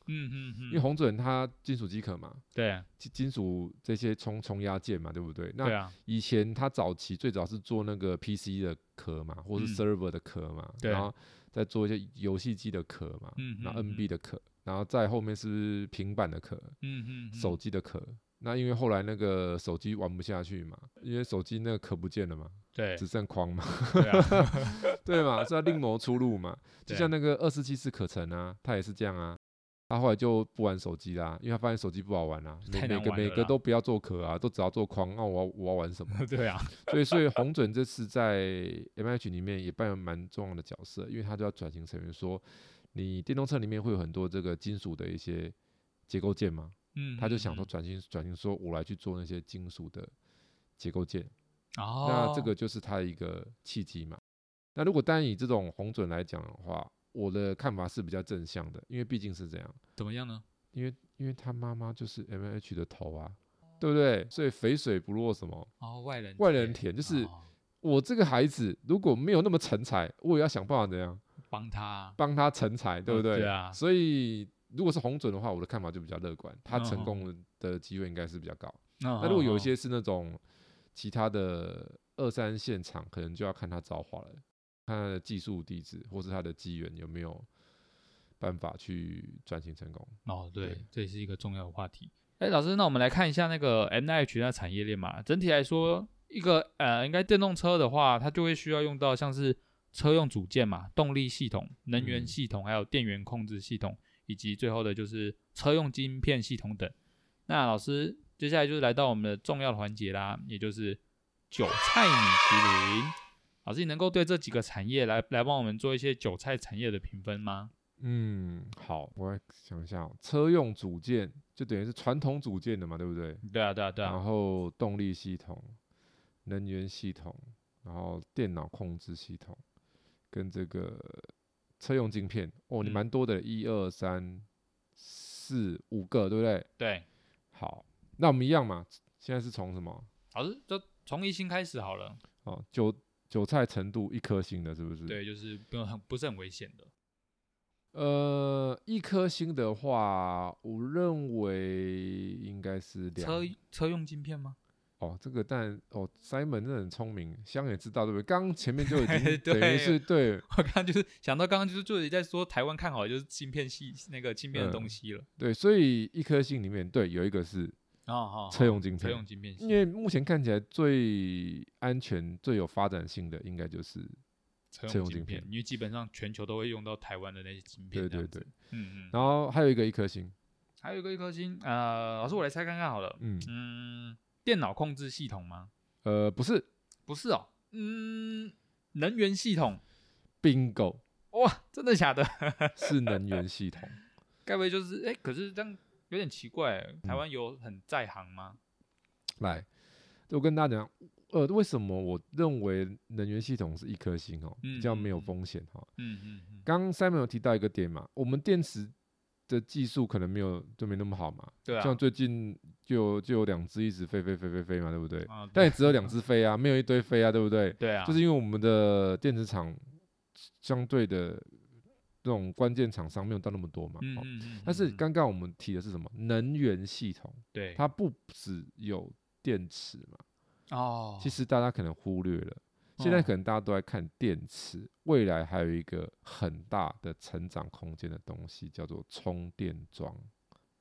Speaker 1: 嗯嗯嗯，
Speaker 2: 因为红准它金属机壳嘛，
Speaker 1: 对啊
Speaker 2: 金金属这些冲冲压件嘛，对不对？
Speaker 1: 对
Speaker 2: 那
Speaker 1: 啊，
Speaker 2: 以前它早期最早是做那个 PC 的壳嘛，或
Speaker 1: 嗯
Speaker 2: 是 server 的壳嘛，
Speaker 1: 对
Speaker 2: 然后再做一些游戏机的壳嘛，
Speaker 1: 嗯
Speaker 2: 然
Speaker 1: 嗯
Speaker 2: 后
Speaker 1: 嗯
Speaker 2: NB 的壳，然后再后面是不是平板的壳，
Speaker 1: 嗯嗯，嗯
Speaker 2: 手机的壳。那因为后来那个手机玩不下去嘛，因为手机那个壳不见了嘛，
Speaker 1: 对
Speaker 2: 只剩 框嘛，
Speaker 1: 对啊，
Speaker 2: 对嘛，是要另谋出路嘛。就
Speaker 1: 对
Speaker 2: 像那个二四七四可成啊，他也是这样啊，他后来就不玩手机啦，因为他发现手机不好玩啦、每
Speaker 1: 太难
Speaker 2: 每个
Speaker 1: 玩了
Speaker 2: 每个
Speaker 1: 啦
Speaker 2: 都不要做壳啊，都只要做框，那、我要我要 玩什么？
Speaker 1: 对 啊，
Speaker 2: 所以所以红准这次在 M H 里面也扮演蛮重要的角色，因为他就要转型成为说，你电动车里面会有很多这个金属的一些结构件嘛，
Speaker 1: 嗯，
Speaker 2: 他就想说
Speaker 1: 嗯，
Speaker 2: 转型转型，说我来去做那些金属的结构件，
Speaker 1: 嗯哦，
Speaker 2: 那这个就是他的一个契机嘛。那如果单以这种红准来讲的话，我的看法是比较正向的，因为毕竟是这样，
Speaker 1: 怎么样呢？
Speaker 2: 因为因为他妈妈就是 M H 的头啊，对不对？所以肥水不落什么，
Speaker 1: 哦，外人
Speaker 2: 外人田就是
Speaker 1: 哦
Speaker 2: 我这个孩子如果没有那么成才，我也要想办法怎样
Speaker 1: 帮他，
Speaker 2: 帮他成才，对不
Speaker 1: 嗯
Speaker 2: 对？
Speaker 1: 对啊
Speaker 2: 所以如果是红准的话，我的看法就比较乐观，他
Speaker 1: 嗯嗯
Speaker 2: 成
Speaker 1: 嗯
Speaker 2: 功的机会应该是比较高。
Speaker 1: 那
Speaker 2: 那如果有一些是那种其他的二三线厂，可能就要看他造化了，看他的技术底子或是他的机缘有没有办法去转型成功。
Speaker 1: 哦，对
Speaker 2: 对，
Speaker 1: 这也是一个重要的话题。哎，老师，那我们来看一下那个 M I H 那产业链嘛。整体来说，一个呃，应该电动车的话，它就会需要用到像是车用组件嘛、动力系统、能源
Speaker 2: 嗯
Speaker 1: 系统，还有电源控制系统，以及最后的就是车用晶片系统等。那老师，接下来就是来到我们的重要的环节啦，也就是韭菜米其林。老师，你能够对这几个产业来来帮我们做一些韭菜产业的评分吗？
Speaker 2: 嗯，好，我来想一下、哦，车用组件就等于是传统组件的嘛，对不对？
Speaker 1: 对啊，对啊，对啊。
Speaker 2: 然后动力系统、能源系统，然后电脑控制系统，跟这个车用晶片，哦，
Speaker 1: 嗯
Speaker 2: 你蛮多的，一二三四五个，对不对？
Speaker 1: 对，
Speaker 2: 好，那我们一样嘛，现在是从什么？
Speaker 1: 老师，就从一星开始好了。
Speaker 2: 哦，韭韭菜程度一颗星的，是不是？。
Speaker 1: 对，就是不用很不是很危险的。
Speaker 2: 呃，一颗星的话，我认为应该是两
Speaker 1: 车车用晶片吗？
Speaker 2: 哦，这个但哦，Simon 真的很聪明，香也知道对不对？刚刚前 面就已经等
Speaker 1: 对
Speaker 2: 于是对
Speaker 1: 我刚刚就是想到刚刚就是助理在说台湾看好的就是晶片系那个晶片的
Speaker 2: 嗯
Speaker 1: 东西了。
Speaker 2: 对，所以一颗星里面对有一个是
Speaker 1: 哦哦，
Speaker 2: 嗯车
Speaker 1: 哦
Speaker 2: 用晶
Speaker 1: 车
Speaker 2: 片
Speaker 1: 用，晶片系
Speaker 2: 因为目前看起来最安全、最有发展性的应该就是
Speaker 1: 车
Speaker 2: 车
Speaker 1: 用
Speaker 2: 用
Speaker 1: 晶
Speaker 2: 晶
Speaker 1: 片，
Speaker 2: 片
Speaker 1: 因为基本上全球都会用到台湾的那些晶片。
Speaker 2: 对对对，，
Speaker 1: 嗯嗯。
Speaker 2: 然后还有一个一颗星，
Speaker 1: 还有一个一颗星，呃，老师我来猜看看好了。
Speaker 2: 嗯
Speaker 1: 嗯，电脑控制系统吗？
Speaker 2: 呃，不是
Speaker 1: 不是哦，嗯，能源系统。
Speaker 2: bingo
Speaker 1: 哇，真的假的？
Speaker 2: 是能源系 统，
Speaker 1: 该不会就是哎、可是这样有点奇怪，
Speaker 2: 嗯
Speaker 1: 台湾有很在行吗？
Speaker 2: 来，我跟大家讲，呃，为什么我认为能源系统是一颗星哦，比较没有
Speaker 1: 嗯嗯嗯
Speaker 2: 风险哈、哦。
Speaker 1: 嗯嗯嗯，
Speaker 2: 刚刚 Simon 有提到一个点嘛，我们电池的技术可能没有就没那么好嘛。
Speaker 1: 对啊，
Speaker 2: 像最近就有就有两只一直飞飞飞飞飞嘛，对不对？
Speaker 1: 啊对
Speaker 2: 但也只有两只飞啊， 没有一堆飞啊，对不对？
Speaker 1: 对啊，
Speaker 2: 就是因为我们的电子厂相对的那种关键厂商没有到那么多嘛。
Speaker 1: 嗯
Speaker 2: 哦
Speaker 1: 嗯嗯，
Speaker 2: 但是
Speaker 1: 嗯嗯
Speaker 2: 刚刚我们提的是什么？能源系统，
Speaker 1: 对
Speaker 2: 它不只有电池嘛。
Speaker 1: 哦，嗯
Speaker 2: 其实大家可能忽略了，现在可能大家都在看电池，未来还有一个很大的成长空间的东西叫做充电桩。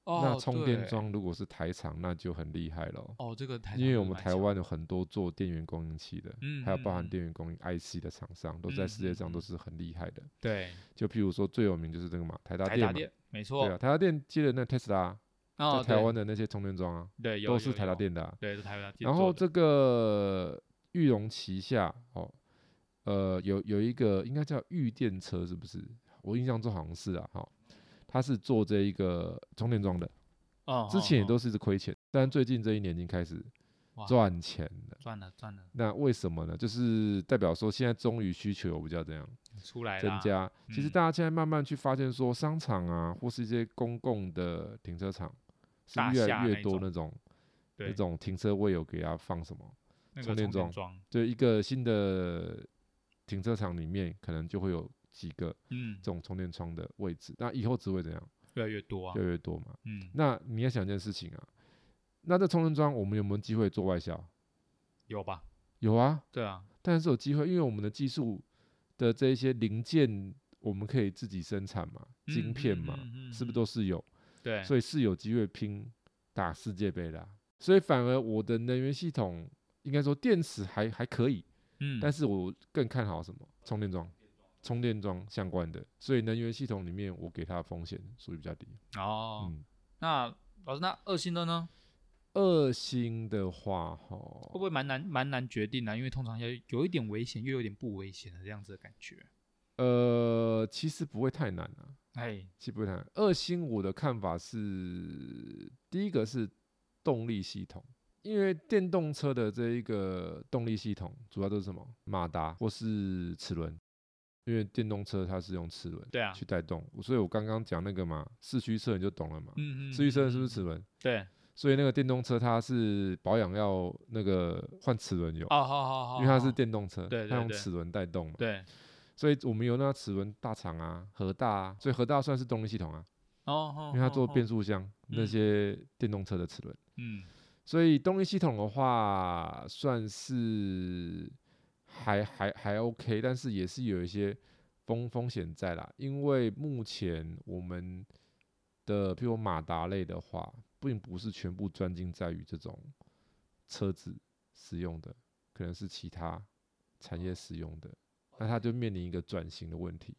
Speaker 1: 哦
Speaker 2: 那充电
Speaker 1: 对
Speaker 2: 桩如果是台厂，那就很厉害咯，
Speaker 1: 哦，这个台
Speaker 2: 因
Speaker 1: 商
Speaker 2: 为
Speaker 1: 是
Speaker 2: 我们
Speaker 1: 蛮
Speaker 2: 台
Speaker 1: 强
Speaker 2: 湾有很多做电源供应器的，
Speaker 1: 嗯
Speaker 2: 还有
Speaker 1: 嗯
Speaker 2: 包含
Speaker 1: 嗯
Speaker 2: 电源供应 IC 的厂商，都在世界上
Speaker 1: 嗯嗯
Speaker 2: 都是很厉害的。
Speaker 1: 对
Speaker 2: 就譬如说最有名就是这个嘛，台达
Speaker 1: 台
Speaker 2: 电
Speaker 1: 达
Speaker 2: 嘛，
Speaker 1: 电没错
Speaker 2: 对啊，台达电接的那 Tesla，
Speaker 1: 哦
Speaker 2: 在台
Speaker 1: 对
Speaker 2: 湾的那些充电桩啊，
Speaker 1: 对有
Speaker 2: 都是
Speaker 1: 有
Speaker 2: 台达
Speaker 1: 有
Speaker 2: 电的啊。
Speaker 1: 对，是台达电
Speaker 2: 然
Speaker 1: 做
Speaker 2: 后
Speaker 1: 的
Speaker 2: 这个玉龙旗下哦，呃，有有一个应该叫玉电车，是不是？我印象中好像是啊，哈、它是做这一个充电桩的，
Speaker 1: 哦
Speaker 2: 之
Speaker 1: 哦
Speaker 2: 前也
Speaker 1: 哦
Speaker 2: 都是一直亏钱，但最近这一年已经开始
Speaker 1: 哇
Speaker 2: 赚钱了。
Speaker 1: 赚了赚了
Speaker 2: 那为什么呢？就是代表说现在终于需求比较这样
Speaker 1: 出来
Speaker 2: 嗯增
Speaker 1: 啦
Speaker 2: 加。其实
Speaker 1: 嗯
Speaker 2: 大家现在慢慢去发现说，商场啊，或是一些公共的停车场，是
Speaker 1: 大
Speaker 2: 越
Speaker 1: 厦
Speaker 2: 来
Speaker 1: 那
Speaker 2: 越多
Speaker 1: 种
Speaker 2: 那种那
Speaker 1: 对
Speaker 2: 种停车位有给它放什么。
Speaker 1: 那
Speaker 2: 充
Speaker 1: 个
Speaker 2: 电
Speaker 1: 充
Speaker 2: 桩
Speaker 1: 电桩，
Speaker 2: 就一个新的停车场里面，可能就会有几个
Speaker 1: 嗯
Speaker 2: 这，种充电桩的位置。那以后只会怎样？
Speaker 1: 越来越多啊
Speaker 2: 越，来越多嘛。
Speaker 1: 嗯，
Speaker 2: 那你要想一件事情啊，那这充电桩我们有没有机会做外销？
Speaker 1: 有吧？
Speaker 2: 有啊，
Speaker 1: 对啊，
Speaker 2: 当然是有机会，因为我们的技术的这一些零件，我们可以自己生产嘛，晶
Speaker 1: 嗯
Speaker 2: 片
Speaker 1: 嗯
Speaker 2: 嘛，
Speaker 1: 嗯嗯
Speaker 2: 是不是
Speaker 1: 嗯
Speaker 2: 都是有？
Speaker 1: 对，
Speaker 2: 所以是有机会拼打世界杯的啊、所以反而我的能源系统，应该说电池还还可以，
Speaker 1: 嗯，
Speaker 2: 但是我更看好什么？充电桩，充电桩相关的，所以能源系统里面我给它的风险属于比较低。
Speaker 1: 哦，
Speaker 2: 嗯，
Speaker 1: 那老师，那二星的呢，
Speaker 2: 二星的话，
Speaker 1: 会不
Speaker 2: 哈，
Speaker 1: 会蛮难蛮难决定啊？因为通常要有一点危险，又有点不危险的这样子的感觉。啊
Speaker 2: 呃，其实不会太难啊，
Speaker 1: 哎，
Speaker 2: 其实不会太难。二星我的看法是，第一个是动力系统。因为电动车的这一个动力系统，主要都是什么马达或是齿轮，因为电动车它是用齿轮
Speaker 1: 对啊，
Speaker 2: 去带动，所以我刚刚讲那个嘛，四驱车你就懂了嘛。
Speaker 1: 嗯嗯，
Speaker 2: 四驱车是不
Speaker 1: 嗯
Speaker 2: 是齿？
Speaker 1: 嗯
Speaker 2: 轮？
Speaker 1: 对，
Speaker 2: 所以那个电动车它是保养要那个换齿轮油，
Speaker 1: 哦，好好好，
Speaker 2: 因为它是
Speaker 1: 好，
Speaker 2: 电动车，
Speaker 1: 对
Speaker 2: 它
Speaker 1: 对
Speaker 2: 用
Speaker 1: 对
Speaker 2: 齿轮带动嘛。
Speaker 1: 对，
Speaker 2: 所以我们有那齿轮大厂啊，和大啊，所以和大算是动力系统啊，
Speaker 1: 哦，哦
Speaker 2: 因为它做，
Speaker 1: 哦
Speaker 2: 变
Speaker 1: 哦
Speaker 2: 速箱那
Speaker 1: 嗯
Speaker 2: 些电动车的齿轮。
Speaker 1: 嗯，
Speaker 2: 所以动力系统的话，算是还还还 OK，但是也是有一些风风险在啦。因为目前我们的，譬如马达类的话，并不是全部专精在于这种车子使用的，可能是其他产业使用的，那它就面临一个转型的问题。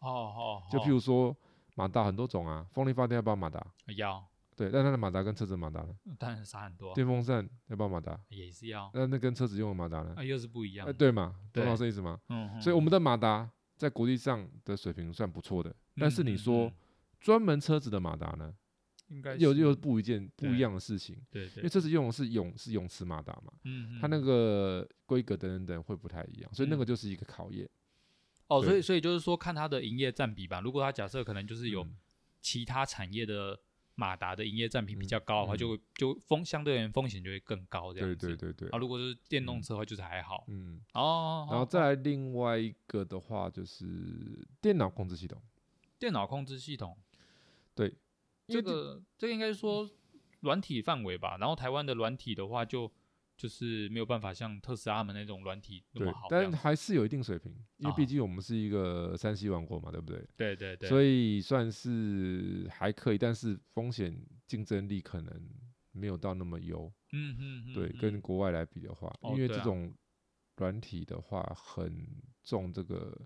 Speaker 1: 哦哦，
Speaker 2: 就譬如说马达很多种啊，风力发电要不要马达？
Speaker 1: 如要，
Speaker 2: 对，那它的马达跟车子的马达呢？
Speaker 1: 当然差很多，
Speaker 2: 电风扇要不要马达？
Speaker 1: 也是要，
Speaker 2: 那那跟车子用的马达呢？
Speaker 1: 啊，又是不一样
Speaker 2: 呃，，对嘛，懂
Speaker 1: 对
Speaker 2: 老师意思吗？
Speaker 1: 嗯，
Speaker 2: 所以
Speaker 1: 嗯
Speaker 2: 我们的马达在国际上的水平算不错的，但是
Speaker 1: 嗯
Speaker 2: 你
Speaker 1: 嗯
Speaker 2: 说
Speaker 1: 嗯
Speaker 2: 专门车子的马达呢，
Speaker 1: 应该
Speaker 2: 又
Speaker 1: 是
Speaker 2: 又不一件不
Speaker 1: 对
Speaker 2: 一样的事情，
Speaker 1: 对
Speaker 2: 因
Speaker 1: 对
Speaker 2: 为，车子用的是永是永磁马达嘛，
Speaker 1: 嗯，
Speaker 2: 它那
Speaker 1: 嗯
Speaker 2: 个规格等等等会不太一样，所以那个
Speaker 1: 嗯
Speaker 2: 就是一个考验。
Speaker 1: 哦，
Speaker 2: 对
Speaker 1: 所以所以就是说看它的营业占比吧。如果它假设可能就是有
Speaker 2: 嗯
Speaker 1: 其他产业的马达的营业占比比
Speaker 2: 嗯
Speaker 1: 较高的话，
Speaker 2: 嗯
Speaker 1: 就会就风相对而言风险就会更高这样
Speaker 2: 对
Speaker 1: 子。
Speaker 2: 对对对
Speaker 1: 啊，，如果是电动
Speaker 2: 嗯
Speaker 1: 车的话，就是还好。
Speaker 2: 嗯，
Speaker 1: 哦，
Speaker 2: 然后
Speaker 1: 好
Speaker 2: 再
Speaker 1: 好
Speaker 2: 来另外一个的话就是电脑控制系统，
Speaker 1: 电脑控制系统，
Speaker 2: 对，
Speaker 1: 这
Speaker 2: 就电
Speaker 1: 个这个应该说软体范围吧。然后台湾的软体的话就。就是没有办法像特斯拉他们那种软体那
Speaker 2: 对
Speaker 1: 么好，这样
Speaker 2: 但
Speaker 1: 子，
Speaker 2: 还是有一定水平，因为
Speaker 1: 啊
Speaker 2: 毕竟我们是一个山西王国嘛，对不对？
Speaker 1: 对对对，
Speaker 2: 所以算是还可以，但是风险竞争力可能没有到那么优。
Speaker 1: 嗯嗯嗯，
Speaker 2: 对，
Speaker 1: 嗯
Speaker 2: 跟国外来比的话，
Speaker 1: 哦
Speaker 2: 因为
Speaker 1: 对
Speaker 2: 这
Speaker 1: 啊
Speaker 2: 种软体的话很重这个，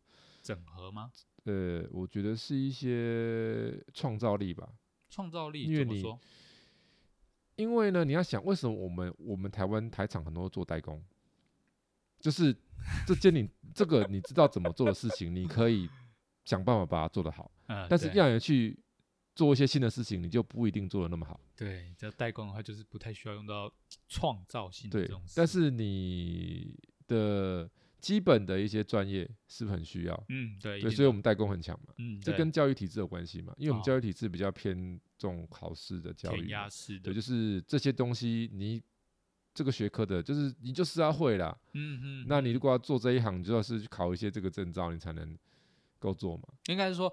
Speaker 1: 整合吗？
Speaker 2: 呃，我觉得是一些创造力吧。
Speaker 1: 创造力
Speaker 2: 因为
Speaker 1: 怎么
Speaker 2: 你
Speaker 1: 说？
Speaker 2: 因为呢，你要想为什么我们我们台湾台厂很多做代工，就是这件你这个你知道怎么做的事情，你可以想办法把它做得好，
Speaker 1: 嗯，
Speaker 2: 但是
Speaker 1: 对
Speaker 2: 让人去做一些新的事情，你就不一定做得那么好。
Speaker 1: 对，这代工的话就是嗯不太需要用到创造性的
Speaker 2: 对
Speaker 1: 这种思，
Speaker 2: 但是你的基本的一些专业是很需要。
Speaker 1: 嗯，对，
Speaker 2: 对，
Speaker 1: 一定
Speaker 2: 所以
Speaker 1: 的
Speaker 2: 我们代工很强嘛，
Speaker 1: 嗯，
Speaker 2: 这
Speaker 1: 对
Speaker 2: 跟教育体制有关系嘛，因为我们
Speaker 1: 哦
Speaker 2: 教育体制比较偏重考试的教
Speaker 1: 填
Speaker 2: 育嘛，
Speaker 1: 鸭式的
Speaker 2: 对，，就是这些东西你这个学科的，就是你就是要会啦。
Speaker 1: 嗯嗯，
Speaker 2: 那你如果要做这一行，你就要是去考一些这个证照，你才能够做嘛。
Speaker 1: 应该是说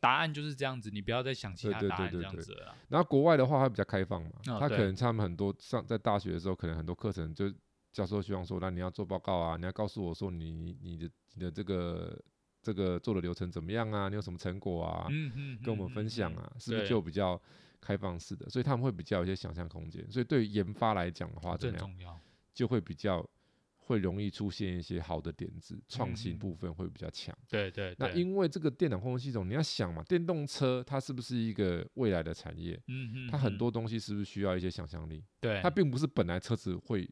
Speaker 1: 答案就是这样子，你不要再想其
Speaker 2: 对
Speaker 1: 他
Speaker 2: 对
Speaker 1: 答
Speaker 2: 对
Speaker 1: 案
Speaker 2: 对
Speaker 1: 这样
Speaker 2: 对
Speaker 1: 子了啦。啊
Speaker 2: 然后国外的话，它比较开放嘛，
Speaker 1: 哦
Speaker 2: 它可
Speaker 1: 对
Speaker 2: 能他们很多上在大学的时候，可能很多课程就教授希望说，那你要做报告啊，你要告诉我说你你你的你的这个这个做的流程怎么样啊，你有什么成果啊，
Speaker 1: 嗯嗯，
Speaker 2: 跟我们分享
Speaker 1: 嗯，
Speaker 2: 啊，是不是
Speaker 1: 对
Speaker 2: 就比较开放式的？所以他们会比较有一些想象空间。所以对于研发来讲的话，
Speaker 1: 嗯这
Speaker 2: 啊怎
Speaker 1: 很
Speaker 2: 么样
Speaker 1: 重要。
Speaker 2: 就会比较会容易出现一些好的点子，创新
Speaker 1: 嗯
Speaker 2: 部分会比较强。
Speaker 1: 对对，
Speaker 2: 那
Speaker 1: 对
Speaker 2: 因为这个电脑控制系统，你要想嘛，电动车它是不是一个未来的产业？
Speaker 1: 嗯嗯，
Speaker 2: 它很
Speaker 1: 嗯
Speaker 2: 多东西是不是需要一些想象力？
Speaker 1: 对，
Speaker 2: 它并不是本来车子会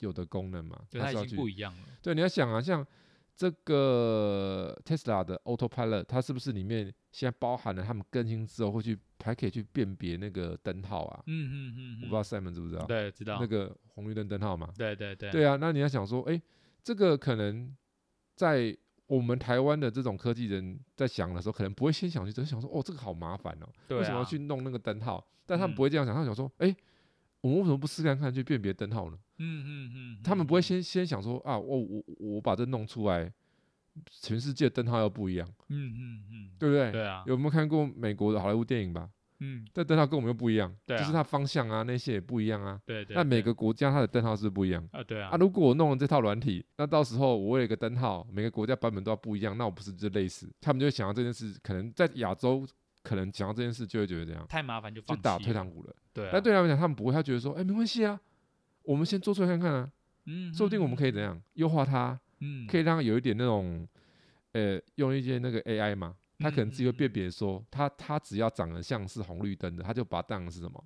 Speaker 2: 有的功能嘛，
Speaker 1: 对
Speaker 2: 它
Speaker 1: 它
Speaker 2: 是要
Speaker 1: 已经
Speaker 2: 去
Speaker 1: 不一样了。
Speaker 2: 对，你要想啊，像这个 Tesla 的 Autopilot，它是不是里面现在包含了他们更新之后会去还可以去辨别那个灯号啊？
Speaker 1: 嗯嗯嗯，
Speaker 2: 我不知道 Simon 知不知道
Speaker 1: 嗯，对，知道
Speaker 2: 那个红绿灯灯号嘛？
Speaker 1: 对对对，
Speaker 2: 对啊，那你要想说，哎，这个可能在我们台湾的这种科技人在想的时候，可能不会先想去，只是想说，哦，这个好麻烦哦，
Speaker 1: 对
Speaker 2: 为什么要
Speaker 1: 啊
Speaker 2: 去弄那个灯号？但他们
Speaker 1: 嗯
Speaker 2: 不会这样想，他们想说，哎，我们为什么不试看看去辨别灯号呢？
Speaker 1: 嗯嗯嗯，
Speaker 2: 他们不会
Speaker 1: 嗯
Speaker 2: 先先想说啊，我我我把这弄出来，全世界灯号要不一样，
Speaker 1: 嗯嗯嗯，
Speaker 2: 对不对？
Speaker 1: 对啊，
Speaker 2: 有没有看过美国的好莱坞电影吧？
Speaker 1: 嗯
Speaker 2: 但灯号跟我们又不一样，
Speaker 1: 对啊
Speaker 2: 就是它方向啊那些也不一样啊。
Speaker 1: 对对，
Speaker 2: 那每
Speaker 1: 对
Speaker 2: 个国家它的灯号是不是不一样
Speaker 1: 啊对啊
Speaker 2: 啊。如果我弄了这套软体，那到时候我有一个灯号，每个国家版本都要不一样，那我不是就类似？他们就会想到这件事，可能在亚洲，可能想到这件事就会觉得这样，
Speaker 1: 太麻烦就
Speaker 2: 就
Speaker 1: 放
Speaker 2: 打
Speaker 1: 弃
Speaker 2: 退
Speaker 1: 了，
Speaker 2: 堂鼓了。
Speaker 1: 对啊，
Speaker 2: 但对他们讲，他们不会，他觉得说，哎，没关系啊，我们先做出来看看啊，
Speaker 1: 嗯，
Speaker 2: 说不定我们可以怎样优化它。
Speaker 1: 嗯
Speaker 2: 可以让它有一点那种，呃，用一些那个 AI 嘛，它可能自己会
Speaker 1: 嗯
Speaker 2: 辨别说，它它只要长得像是红绿灯的，它就把它当成是什么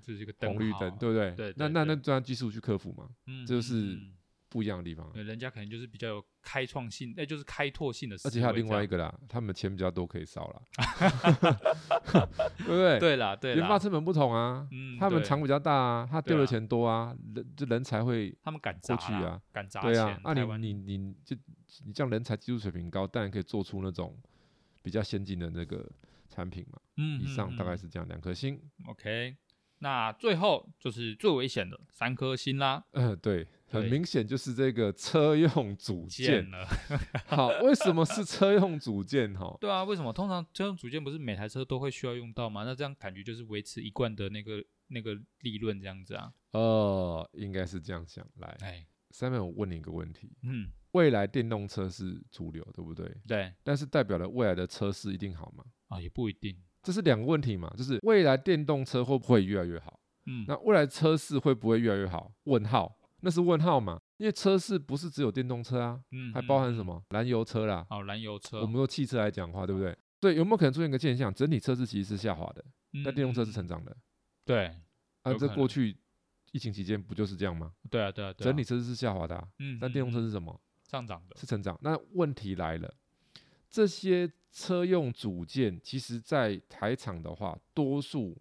Speaker 1: 这是一个灯
Speaker 2: 红绿
Speaker 1: 号
Speaker 2: 灯，
Speaker 1: 啊，
Speaker 2: 对不对？
Speaker 1: 对
Speaker 2: 那
Speaker 1: 对
Speaker 2: 那
Speaker 1: 对
Speaker 2: 那专技术去克服嘛，
Speaker 1: 嗯，
Speaker 2: 这就
Speaker 1: 嗯
Speaker 2: 是
Speaker 1: 嗯
Speaker 2: 不一样的地方啊。
Speaker 1: 对人家可能就是比较有开创性，那就是开拓性的思
Speaker 2: 而
Speaker 1: 维这
Speaker 2: 且还
Speaker 1: 样。
Speaker 2: 有另外一
Speaker 1: 个，
Speaker 2: 个啦，他们钱比较多可以烧 啦，对不对？
Speaker 1: 对啦对
Speaker 2: 研发
Speaker 1: 啦，
Speaker 2: 成本不同啊，
Speaker 1: 嗯
Speaker 2: 他们
Speaker 1: 对
Speaker 2: 厂比较大啊，他丢
Speaker 1: 对
Speaker 2: 的
Speaker 1: 啊
Speaker 2: 钱多啊，人就人才会
Speaker 1: 他们敢砸
Speaker 2: 过去
Speaker 1: 啦，
Speaker 2: 啊，
Speaker 1: 敢砸
Speaker 2: 对啊
Speaker 1: 钱，，
Speaker 2: 那
Speaker 1: 台湾
Speaker 2: 你你你就你这样人才技术水平高，当然可以做出那种比较先进的那个产品嘛。
Speaker 1: 嗯
Speaker 2: 以
Speaker 1: 嗯
Speaker 2: 上大
Speaker 1: 嗯
Speaker 2: 概是这样，两颗星。
Speaker 1: OK。那最后就是最危险的三颗星啦，
Speaker 2: 嗯，对，很
Speaker 1: 对
Speaker 2: 明显就是这个车用组
Speaker 1: 见
Speaker 2: 件。
Speaker 1: 了。
Speaker 2: 好，为什么是车用组件？哈，
Speaker 1: 对啊，为什么通常车用组件不是每台车都会需要用到吗？那这样感觉就是维持一贯的那个那个利润这样子啊。
Speaker 2: 呃，应该是这样想。来
Speaker 1: 哎，
Speaker 2: ，Simon，我问你一个问题：
Speaker 1: 嗯，
Speaker 2: 未来电动车是主流，对不对？
Speaker 1: 对
Speaker 2: 但是代表了未来的车市一定好吗？
Speaker 1: 啊，也不一定。
Speaker 2: 这是两个问题嘛，就是未来电动车会不会越来越好？
Speaker 1: 嗯，
Speaker 2: 那未来车市会不会越来越好？问号，那是问号嘛？因为车市不是只有电动车啊，
Speaker 1: 嗯
Speaker 2: 还包含什
Speaker 1: 么？
Speaker 2: 么燃油车啦。
Speaker 1: 好，燃油车，
Speaker 2: 我们说汽车来讲话，对不对？对，有没有可能出现一个现象，整体车市其实是下滑的，
Speaker 1: 嗯
Speaker 2: 但电动车
Speaker 1: 嗯
Speaker 2: 是
Speaker 1: 嗯
Speaker 2: 成长的？
Speaker 1: 对
Speaker 2: 啊，
Speaker 1: 有
Speaker 2: 这
Speaker 1: 可
Speaker 2: 过
Speaker 1: 能
Speaker 2: 去疫情期间不就是这样吗？
Speaker 1: 对啊对啊对啊，
Speaker 2: 整体车市是下滑的、啊，
Speaker 1: 嗯，
Speaker 2: 但
Speaker 1: 嗯
Speaker 2: 电动车
Speaker 1: 嗯
Speaker 2: 是什么？
Speaker 1: 上涨的。
Speaker 2: 是成长。那问题来了，这些车用组件，其实在台厂的话，多数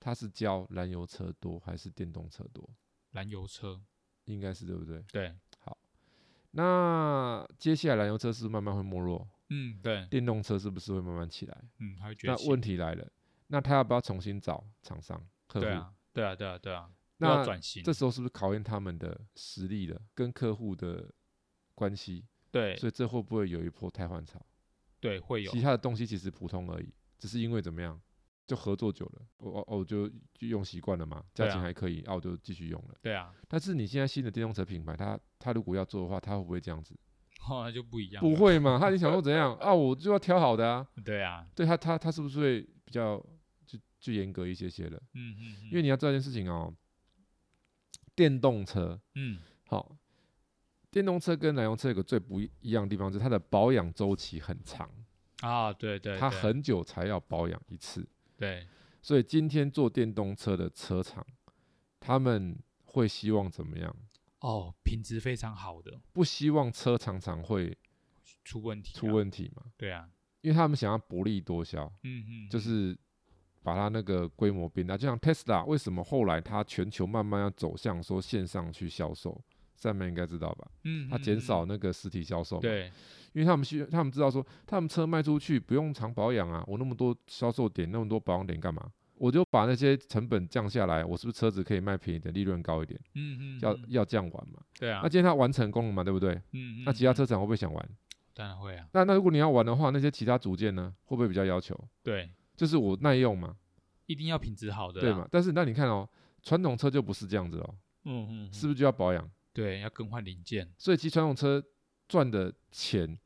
Speaker 2: 它是教燃油车多还是电动车多？
Speaker 1: 燃油车，
Speaker 2: 应该是对不对？
Speaker 1: 对，
Speaker 2: 那接下来燃油车是不是慢慢会没落，
Speaker 1: 嗯，对，
Speaker 2: 电动车是不是会慢慢起来？
Speaker 1: 嗯，还会崛
Speaker 2: 那
Speaker 1: 起。
Speaker 2: 问题来了，那他要不要重新找厂商客户？
Speaker 1: 对啊，对啊，对啊，对啊，都要
Speaker 2: 那
Speaker 1: 转型
Speaker 2: 这，时候是不是考验他们的实力了，跟客户的关系？
Speaker 1: 对
Speaker 2: 所以这会不会有一波太换潮？
Speaker 1: 对，会有
Speaker 2: 其他的东西其实普通而已，只是因为怎么样，就合作久了，我我我就就用习惯了嘛，价
Speaker 1: 对
Speaker 2: 钱
Speaker 1: 啊
Speaker 2: 还可以，啊我就继续用了。
Speaker 1: 对啊，
Speaker 2: 但是你现在新的电动车品牌，它它如果要做的话，它会不会这样子？
Speaker 1: 后来哦就不一样
Speaker 2: 不
Speaker 1: 了，
Speaker 2: 会嘛？他你想说 怎样啊？我就要挑好的啊。
Speaker 1: 对啊，
Speaker 2: 对他，他他是不是会比较就就严格一些些了？
Speaker 1: 嗯嗯，
Speaker 2: 因为
Speaker 1: 你
Speaker 2: 你要知道一件事情哦，电动车
Speaker 1: 嗯
Speaker 2: 好、电动车跟燃油车有个最不一样的地方就是它的保养周期很长，
Speaker 1: 啊，对对，
Speaker 2: 它
Speaker 1: 对
Speaker 2: 很久才要保养一次。
Speaker 1: 对，
Speaker 2: 所以今天做电动车的车厂，他们会希望怎么样？
Speaker 1: 哦，品质非常好的，
Speaker 2: 不希望车常常会
Speaker 1: 出问题，啊
Speaker 2: 出，问题嘛？
Speaker 1: 对啊，
Speaker 2: 因为他们想要薄利多销。
Speaker 1: 嗯嗯，
Speaker 2: 就
Speaker 1: 嗯
Speaker 2: 是把它那个规模变大。就像 Tesla 为什么后来它全球慢慢要走向说线上去销售，站妹应该知道吧？
Speaker 1: 嗯，
Speaker 2: 它
Speaker 1: 嗯
Speaker 2: 减少那个实体销售嘛，
Speaker 1: 对，
Speaker 2: 因为他们需他们知道说，他们车卖出去不用常保养啊，我那么多销售点，那么多保养点干嘛？我就把那些成本降下来，我是不是车子可以卖便宜一点，利润高一点？
Speaker 1: 嗯嗯，
Speaker 2: 要
Speaker 1: 嗯
Speaker 2: 要这样玩嘛？
Speaker 1: 对啊
Speaker 2: 那，今天它玩成功了嘛，对不对？
Speaker 1: 嗯，
Speaker 2: 那
Speaker 1: 嗯
Speaker 2: 其他
Speaker 1: 嗯
Speaker 2: 车厂会不会想玩？
Speaker 1: 当然会啊，
Speaker 2: 那那如果你要玩的话，那些其他组件呢，会不会比较要求？
Speaker 1: 对，
Speaker 2: 就是我耐用嘛，
Speaker 1: 一定要品质好的，
Speaker 2: 对嘛？？但是那你看哦，传统车就不是这样子哦，
Speaker 1: 嗯嗯，嗯
Speaker 2: 是不是就要保养？
Speaker 1: 对，要更换零件，
Speaker 2: 所以其实传统车赚的钱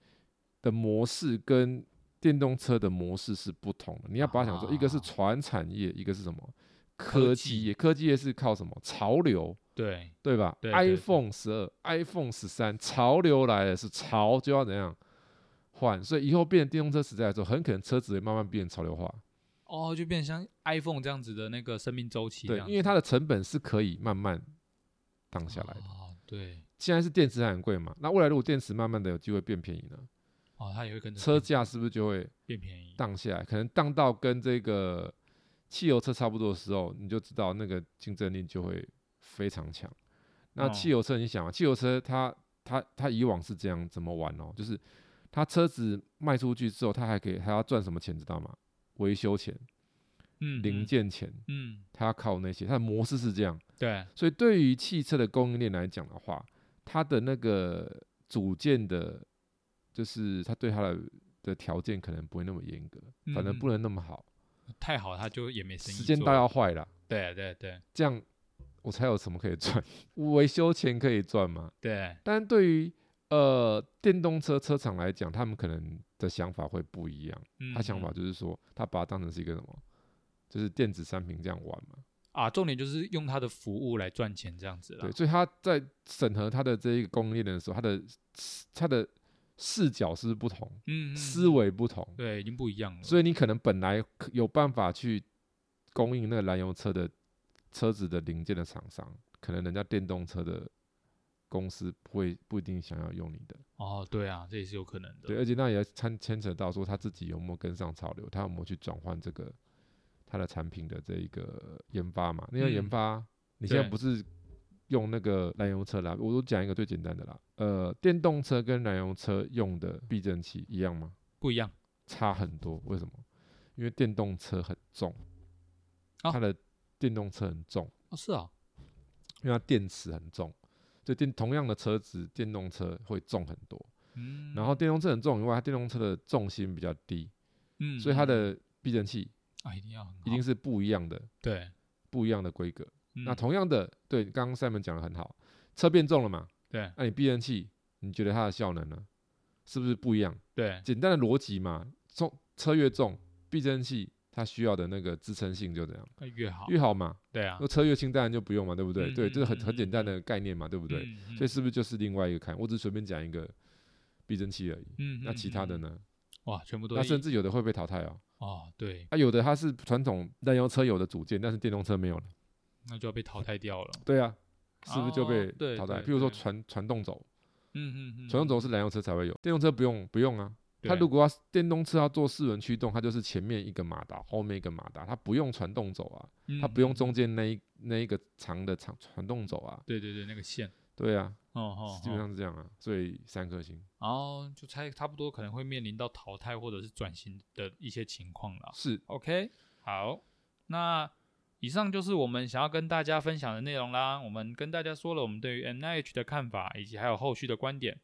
Speaker 2: 的模式跟电动车的模式是不同的。你要把它想说，一个是
Speaker 1: 啊
Speaker 2: 传产业，一个是什么
Speaker 1: 科
Speaker 2: 科
Speaker 1: 技
Speaker 2: 技业？科技业是靠什么潮流，
Speaker 1: 对，
Speaker 2: 对吧
Speaker 1: 对对对
Speaker 2: i p h o n e 十二、iPhone 十三，潮流来了是潮就要怎样换？所以以后变电动车时代的时候，很可能车子会慢慢变潮流化。
Speaker 1: 哦，就变成像 iPhone 这样子的那啊个生命周期这
Speaker 2: 对，
Speaker 1: 样子，
Speaker 2: 因为它的成本是可以慢慢降下来的。
Speaker 1: 哦，对，
Speaker 2: 现在是电池还很贵嘛，那未来如果电池慢慢的有机会变便宜呢，
Speaker 1: 哦，它也会跟着
Speaker 2: 车
Speaker 1: 变
Speaker 2: 价是不是就会
Speaker 1: 变便宜，
Speaker 2: 荡下来，可能荡到跟这个汽油车差不多的时候，你就知道那个竞争力就会非常强。那
Speaker 1: 哦
Speaker 2: 汽油车，你想啊，汽油车它它它以往是这样怎么玩哦？就是它车子卖出去之后，它还可以还要赚什么钱，知道吗？维修钱、
Speaker 1: 嗯，
Speaker 2: 零
Speaker 1: 嗯，
Speaker 2: 件钱，
Speaker 1: 嗯，
Speaker 2: 它要靠那些，它的模式是这样。
Speaker 1: 对，
Speaker 2: 所以对于汽车的供应链来讲的话，它的那个组件的，就是它对它的的条件可能不会那么严格，反正
Speaker 1: 嗯
Speaker 2: 不能那么好，
Speaker 1: 太好它就也没生意，
Speaker 2: 时间到，要坏了，
Speaker 1: 对对对
Speaker 2: 这样我才有什么可以赚， 维修钱可以赚嘛。
Speaker 1: 对，
Speaker 2: 但对于呃电动车车厂来讲，他们可能的想法会不一样，
Speaker 1: 嗯
Speaker 2: 他想法
Speaker 1: 嗯
Speaker 2: 就是说，他把它当成是一个什么，就是电子商品这样玩嘛。
Speaker 1: 啊，重点就是用它的服务来赚钱这样子啦
Speaker 2: 对，，所以他在审核他的这一个供应链的时候，他的他的视角是不是不同，
Speaker 1: 嗯，嗯
Speaker 2: 思，维不同，
Speaker 1: 嗯对，已经不一样了，
Speaker 2: 所以你可能本来可有办法去供应那个燃油车的车子的零件的厂商，可能人家电动车的公司不会不一定想要用你的，
Speaker 1: 哦，对啊，这也是有可能的，
Speaker 2: 对，而且那也牵牵扯到说他自己有没有跟上潮流，他有没有去转换这个他的产品的这一个研发嘛？因为研
Speaker 1: 嗯
Speaker 2: 发、你现在
Speaker 1: 对
Speaker 2: 不是用那个燃油车啦，我都讲一个最简单的啦，呃，电动车跟燃油车用的避震器一样吗？
Speaker 1: 不一样，
Speaker 2: 差很多，为什么？因为电动车很重，
Speaker 1: 哦
Speaker 2: 它的电动车很重，
Speaker 1: 哦，是啊，
Speaker 2: 因为它电池很重，所以电同样的车子，电动车会重很多。
Speaker 1: 嗯，
Speaker 2: 然后电动车很重以外，它电动车的重心比较低，
Speaker 1: 嗯，
Speaker 2: 所以它
Speaker 1: 嗯
Speaker 2: 的避震器
Speaker 1: 啊一定要很好，
Speaker 2: 一定是不一样的，
Speaker 1: 对，
Speaker 2: 不一样的规格。那
Speaker 1: 嗯
Speaker 2: 同样的，对，刚刚 Simon 讲的很好，车变重了嘛，
Speaker 1: 对
Speaker 2: 那你避震器，你觉得它的效能呢，是不是不一样？
Speaker 1: 对
Speaker 2: 简单的逻辑嘛，重车越重，避震器它需要的那个支撑性就怎样，
Speaker 1: 那越好，
Speaker 2: 越好嘛。
Speaker 1: 对啊
Speaker 2: 那，车越轻，当然就不用嘛，对不对？
Speaker 1: 嗯
Speaker 2: 对，这是很
Speaker 1: 嗯嗯
Speaker 2: 很简单
Speaker 1: 嗯
Speaker 2: 的概念嘛，对不对？
Speaker 1: 嗯，
Speaker 2: 所
Speaker 1: 嗯
Speaker 2: 以是不是就是另外一个看？我只是随便讲一个避震器而已。
Speaker 1: 嗯，
Speaker 2: 那
Speaker 1: 嗯
Speaker 2: 其他的
Speaker 1: 嗯
Speaker 2: 呢？
Speaker 1: 哇，全部都
Speaker 2: 那
Speaker 1: 一
Speaker 2: 甚至有的会被淘汰哦。
Speaker 1: 哦，对，
Speaker 2: 啊，有的它是传统燃油车有的组件，但是电动车没有了。
Speaker 1: 那就要被淘汰掉了。
Speaker 2: 对啊，是不是就被
Speaker 1: 哦对
Speaker 2: 淘汰？
Speaker 1: 对
Speaker 2: 譬如说
Speaker 1: 对
Speaker 2: 传传动轴，
Speaker 1: 嗯嗯嗯，
Speaker 2: 传动轴是燃油车才会有，电动车不用不用啊。它如
Speaker 1: 果
Speaker 2: 果要电动车要做四轮驱动，它就是前面一个马达，后面一个马达，它不用传动轴啊，它不
Speaker 1: 嗯
Speaker 2: 用，
Speaker 1: 嗯
Speaker 2: 中间那一那一个长的长传动轴啊。
Speaker 1: 对对对，那个线，
Speaker 2: 对啊，
Speaker 1: 哦哦，
Speaker 2: 基本
Speaker 1: 哦
Speaker 2: 上是这样啊，所以三颗星
Speaker 1: 然后就差差不多可能会面临到淘汰或者是转型的一些情况啦。
Speaker 2: 是
Speaker 1: OK，好，那以上就是我们想要跟大家分享的内容啦。我们跟大家说了我们对于 NIH 的看法，以及还有后续的观点。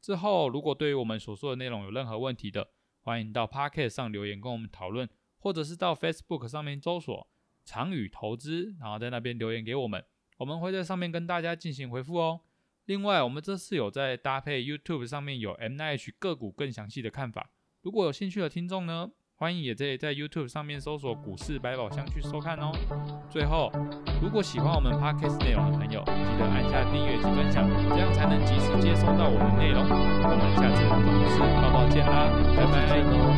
Speaker 1: 之后，如果对于我们所说的内容有任何问题的，欢迎到 Pocket 上留言跟我们讨论，或者是到 Facebook 上面搜索“长宇投资”，然后在那边留言给我们，我们会在上面跟大家进行回复哦。另外，我们这次有在搭配 YouTube 上面有 NIH 个股更详细的看法，如果有兴趣的听众呢，欢迎也可以在 YouTube 上面搜索“股市百宝箱”去收看哦。最后，如果喜欢我们 Podcast 内容的朋友，记得按下订阅及分享，这样才能及时接收到我们的内容。我们下次股市报报见啦，拜拜。